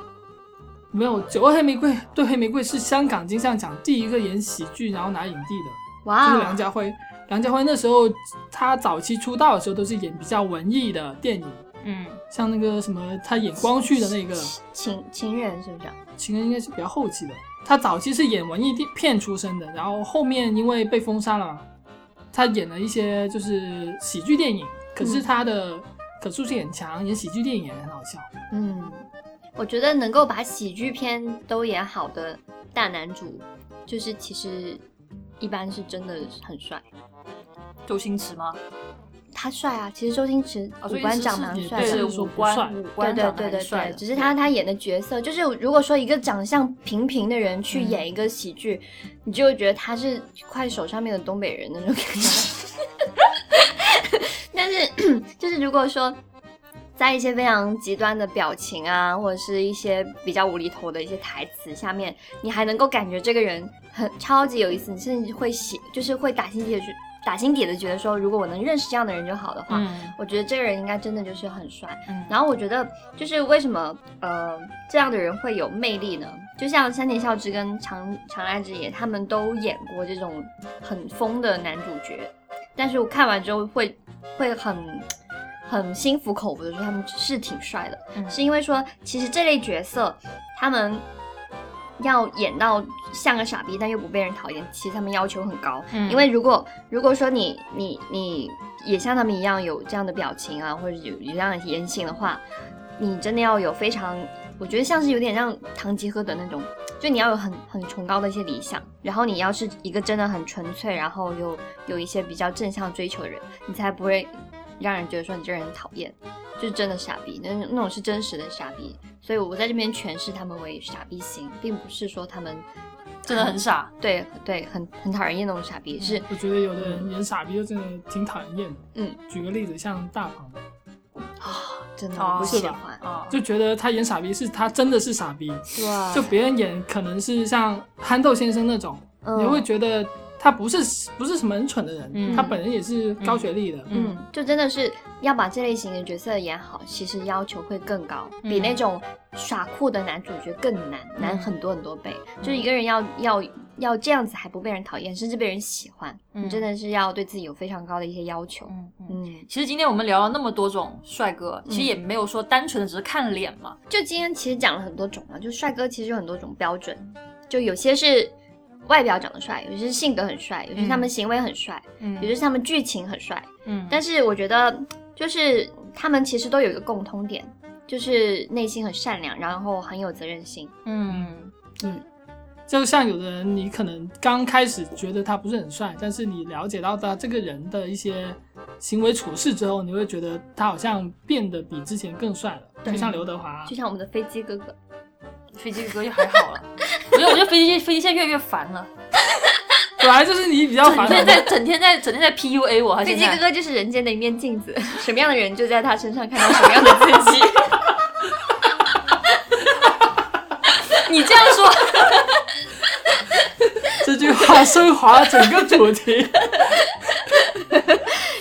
Speaker 1: 没有，《九二黑玫瑰对黑玫瑰》是香港金像奖第一个演喜剧然后拿影帝的，就是
Speaker 3: 哇哦
Speaker 1: 梁家辉。梁家辉那时候他早期出道的时候都是演比较文艺的电影，
Speaker 2: 嗯，
Speaker 1: 像那个什么他演光绪的那个《
Speaker 3: 情情人是不是啊？
Speaker 1: 情人》应该是比较后期的。他早期是演文艺电片出身的，然后后面因为被封杀了嘛，他演了一些就是喜剧电影，可
Speaker 3: 嗯
Speaker 1: 是他的可塑性很强，演喜剧电影也很好笑。
Speaker 3: 嗯，我觉得能够把喜剧片都演好的大男主，就是其实一般是真的很帅。
Speaker 2: 周星驰吗？
Speaker 3: 他帅啊，其实周星驰
Speaker 2: 哦
Speaker 3: 五
Speaker 2: 周星
Speaker 3: 官
Speaker 2: 驰
Speaker 3: 长
Speaker 1: 是
Speaker 3: 蛮
Speaker 1: 也
Speaker 3: 帅
Speaker 1: 对
Speaker 3: 的
Speaker 1: 是，
Speaker 2: 对，
Speaker 1: 说
Speaker 2: 五
Speaker 1: 不
Speaker 2: 官
Speaker 1: 帅
Speaker 2: 五
Speaker 3: 对
Speaker 2: 官
Speaker 3: 对
Speaker 2: 长得
Speaker 3: 对
Speaker 2: 还
Speaker 3: 对
Speaker 2: 帅
Speaker 3: 对，
Speaker 2: 的
Speaker 3: 只是他他演的角色，就是如果说一个长相平平的人去
Speaker 1: 嗯
Speaker 3: 演一个喜剧，你就会觉得他是快手上面的东北人那种感觉。 但是就是如果说在一些非常极端的表情啊，或者是一些比较无厘头的一些台词下面，你还能够感觉这个人很超级有意思，你甚至会喜，就是会打心底的去打心底的觉得说，如果我能认识这样的人就好的话，
Speaker 2: 嗯
Speaker 3: 我觉得这个人应该真的就是很帅。
Speaker 2: 嗯，
Speaker 3: 然后我觉得，就是为什么呃这样的人会有魅力呢？就像山田孝之跟长长濑智也，他们都演过这种很疯的男主角，但是我看完之后会会很很心服口服的说他们是挺帅的，
Speaker 2: 嗯
Speaker 3: 是因为说其实这类角色他们。要演到像个傻逼，但又不被人讨厌，其实他们要求很高。
Speaker 2: 嗯
Speaker 3: 因为如果如果说你你你也像他们一样有这样的表情啊，或者有有这样的言行的话，你真的要有非常，我觉得像是有点像堂吉诃德那种，就你要有很很崇高的一些理想，然后你要是一个真的很纯粹，然后有有一些比较正向追求的人，你才不会让人觉得说你这个人很讨厌，就是真的傻逼，那那种是真实的傻逼。所以我在这边诠释他们为傻逼型，并不是说他们
Speaker 2: 真的很傻，
Speaker 3: 对对很很讨人厌那种傻逼，是
Speaker 1: 我觉得有的人演傻逼就真的挺讨人厌的。
Speaker 3: 嗯，
Speaker 1: 举个例子，像大鹏，
Speaker 3: 真的我
Speaker 2: 哦
Speaker 3: 不喜
Speaker 1: 是吧
Speaker 3: 欢。
Speaker 2: 啊，
Speaker 1: 就觉得他演傻逼是他真的是傻逼，
Speaker 3: 对，
Speaker 1: 就别人演可能是像憨豆先生那种，
Speaker 3: 嗯
Speaker 1: 你会觉得他不是不是什么很蠢的人，
Speaker 2: 嗯
Speaker 1: 他本人也是高学历的，
Speaker 3: 嗯，就真的是要把这类型的角色演好，其实要求会更高，
Speaker 2: 嗯
Speaker 3: 比那种耍酷的男主角更难，难
Speaker 2: 嗯
Speaker 3: 很多很多倍。就是一个人要要要这样子还不被人讨厌，甚至被人喜欢，
Speaker 2: 嗯
Speaker 3: 你真的是要对自己有非常高的一些要求。
Speaker 2: 嗯嗯。
Speaker 3: 嗯，
Speaker 2: 其实今天我们聊了那么多种帅哥，其实
Speaker 3: 嗯
Speaker 2: 也没有说单纯的只是看脸嘛。
Speaker 3: 就今天其实讲了很多种嘛，就帅哥其实有很多种标准，就有些是外表长得帅，有些是性格很帅，有些是他们
Speaker 2: 嗯
Speaker 3: 行为很帅，
Speaker 2: 嗯
Speaker 3: 有些是他们剧情很帅，
Speaker 2: 嗯，
Speaker 3: 但
Speaker 2: 是
Speaker 3: 是我觉得，就是他们其实都有一个共通点，就是内心很善良，然后很有责任心。
Speaker 2: 嗯
Speaker 1: 就像有的人，你可能刚开始觉得他不是很帅，但是你了解到他这个人的一些行为处事之后，你会觉得他好像变得比之前更帅了，
Speaker 3: 对
Speaker 1: 就像刘德华
Speaker 3: 就。像我们的飞机哥哥，
Speaker 2: 飞机哥就还好了， 我觉得我觉得飞机飞机现在越来越烦了，
Speaker 1: 本来就是你比较
Speaker 2: 整
Speaker 1: 烦
Speaker 2: 天
Speaker 1: 恼
Speaker 2: 在
Speaker 1: 的，
Speaker 2: 整天在整天在 PUA 我，他
Speaker 3: 飞
Speaker 2: 啊现
Speaker 3: 机哥
Speaker 2: 在
Speaker 3: 哥就是人间的一面 镜子，什么样的人就在他身上看到什么样的自己。
Speaker 2: 你这样说，
Speaker 1: 这句话升华了整个 主题。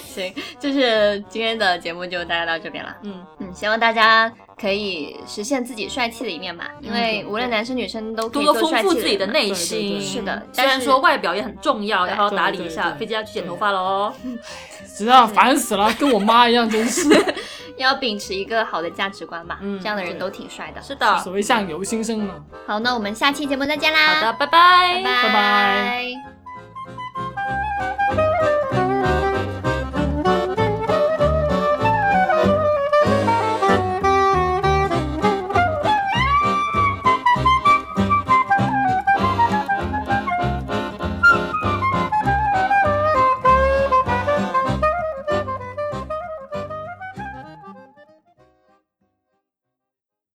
Speaker 3: 行，就是今天的节目就大概到这边了。
Speaker 2: 嗯
Speaker 3: 嗯，希望大家可以实现自己帅气的一面吧，因为无论男生女生都
Speaker 2: 多
Speaker 3: 可以
Speaker 2: 嗯多
Speaker 3: 做
Speaker 2: 丰
Speaker 3: 帅气
Speaker 2: 富
Speaker 3: 的
Speaker 2: 自己的
Speaker 3: 人嘛
Speaker 2: 内
Speaker 1: 对对
Speaker 2: 心。
Speaker 1: 对
Speaker 3: 是的
Speaker 2: 虽然
Speaker 3: 但是
Speaker 2: 说外表也很重要，要好好
Speaker 1: 对
Speaker 2: 打
Speaker 1: 对
Speaker 2: 理一
Speaker 1: 对
Speaker 2: 下。
Speaker 1: 对
Speaker 2: 飞机要去剪
Speaker 1: 对
Speaker 2: 头发了哦。
Speaker 1: 知道烦死了，跟我妈一样，真是
Speaker 3: 要秉持一个好的价值观吧，
Speaker 2: 嗯
Speaker 3: 这样的人
Speaker 1: 对
Speaker 3: 都挺帅的。
Speaker 2: 是的，
Speaker 1: 所谓相由心生嘛。
Speaker 3: 好，那我们下期节目再见啦！
Speaker 2: 好的，拜拜，
Speaker 3: 拜
Speaker 1: 拜
Speaker 3: 拜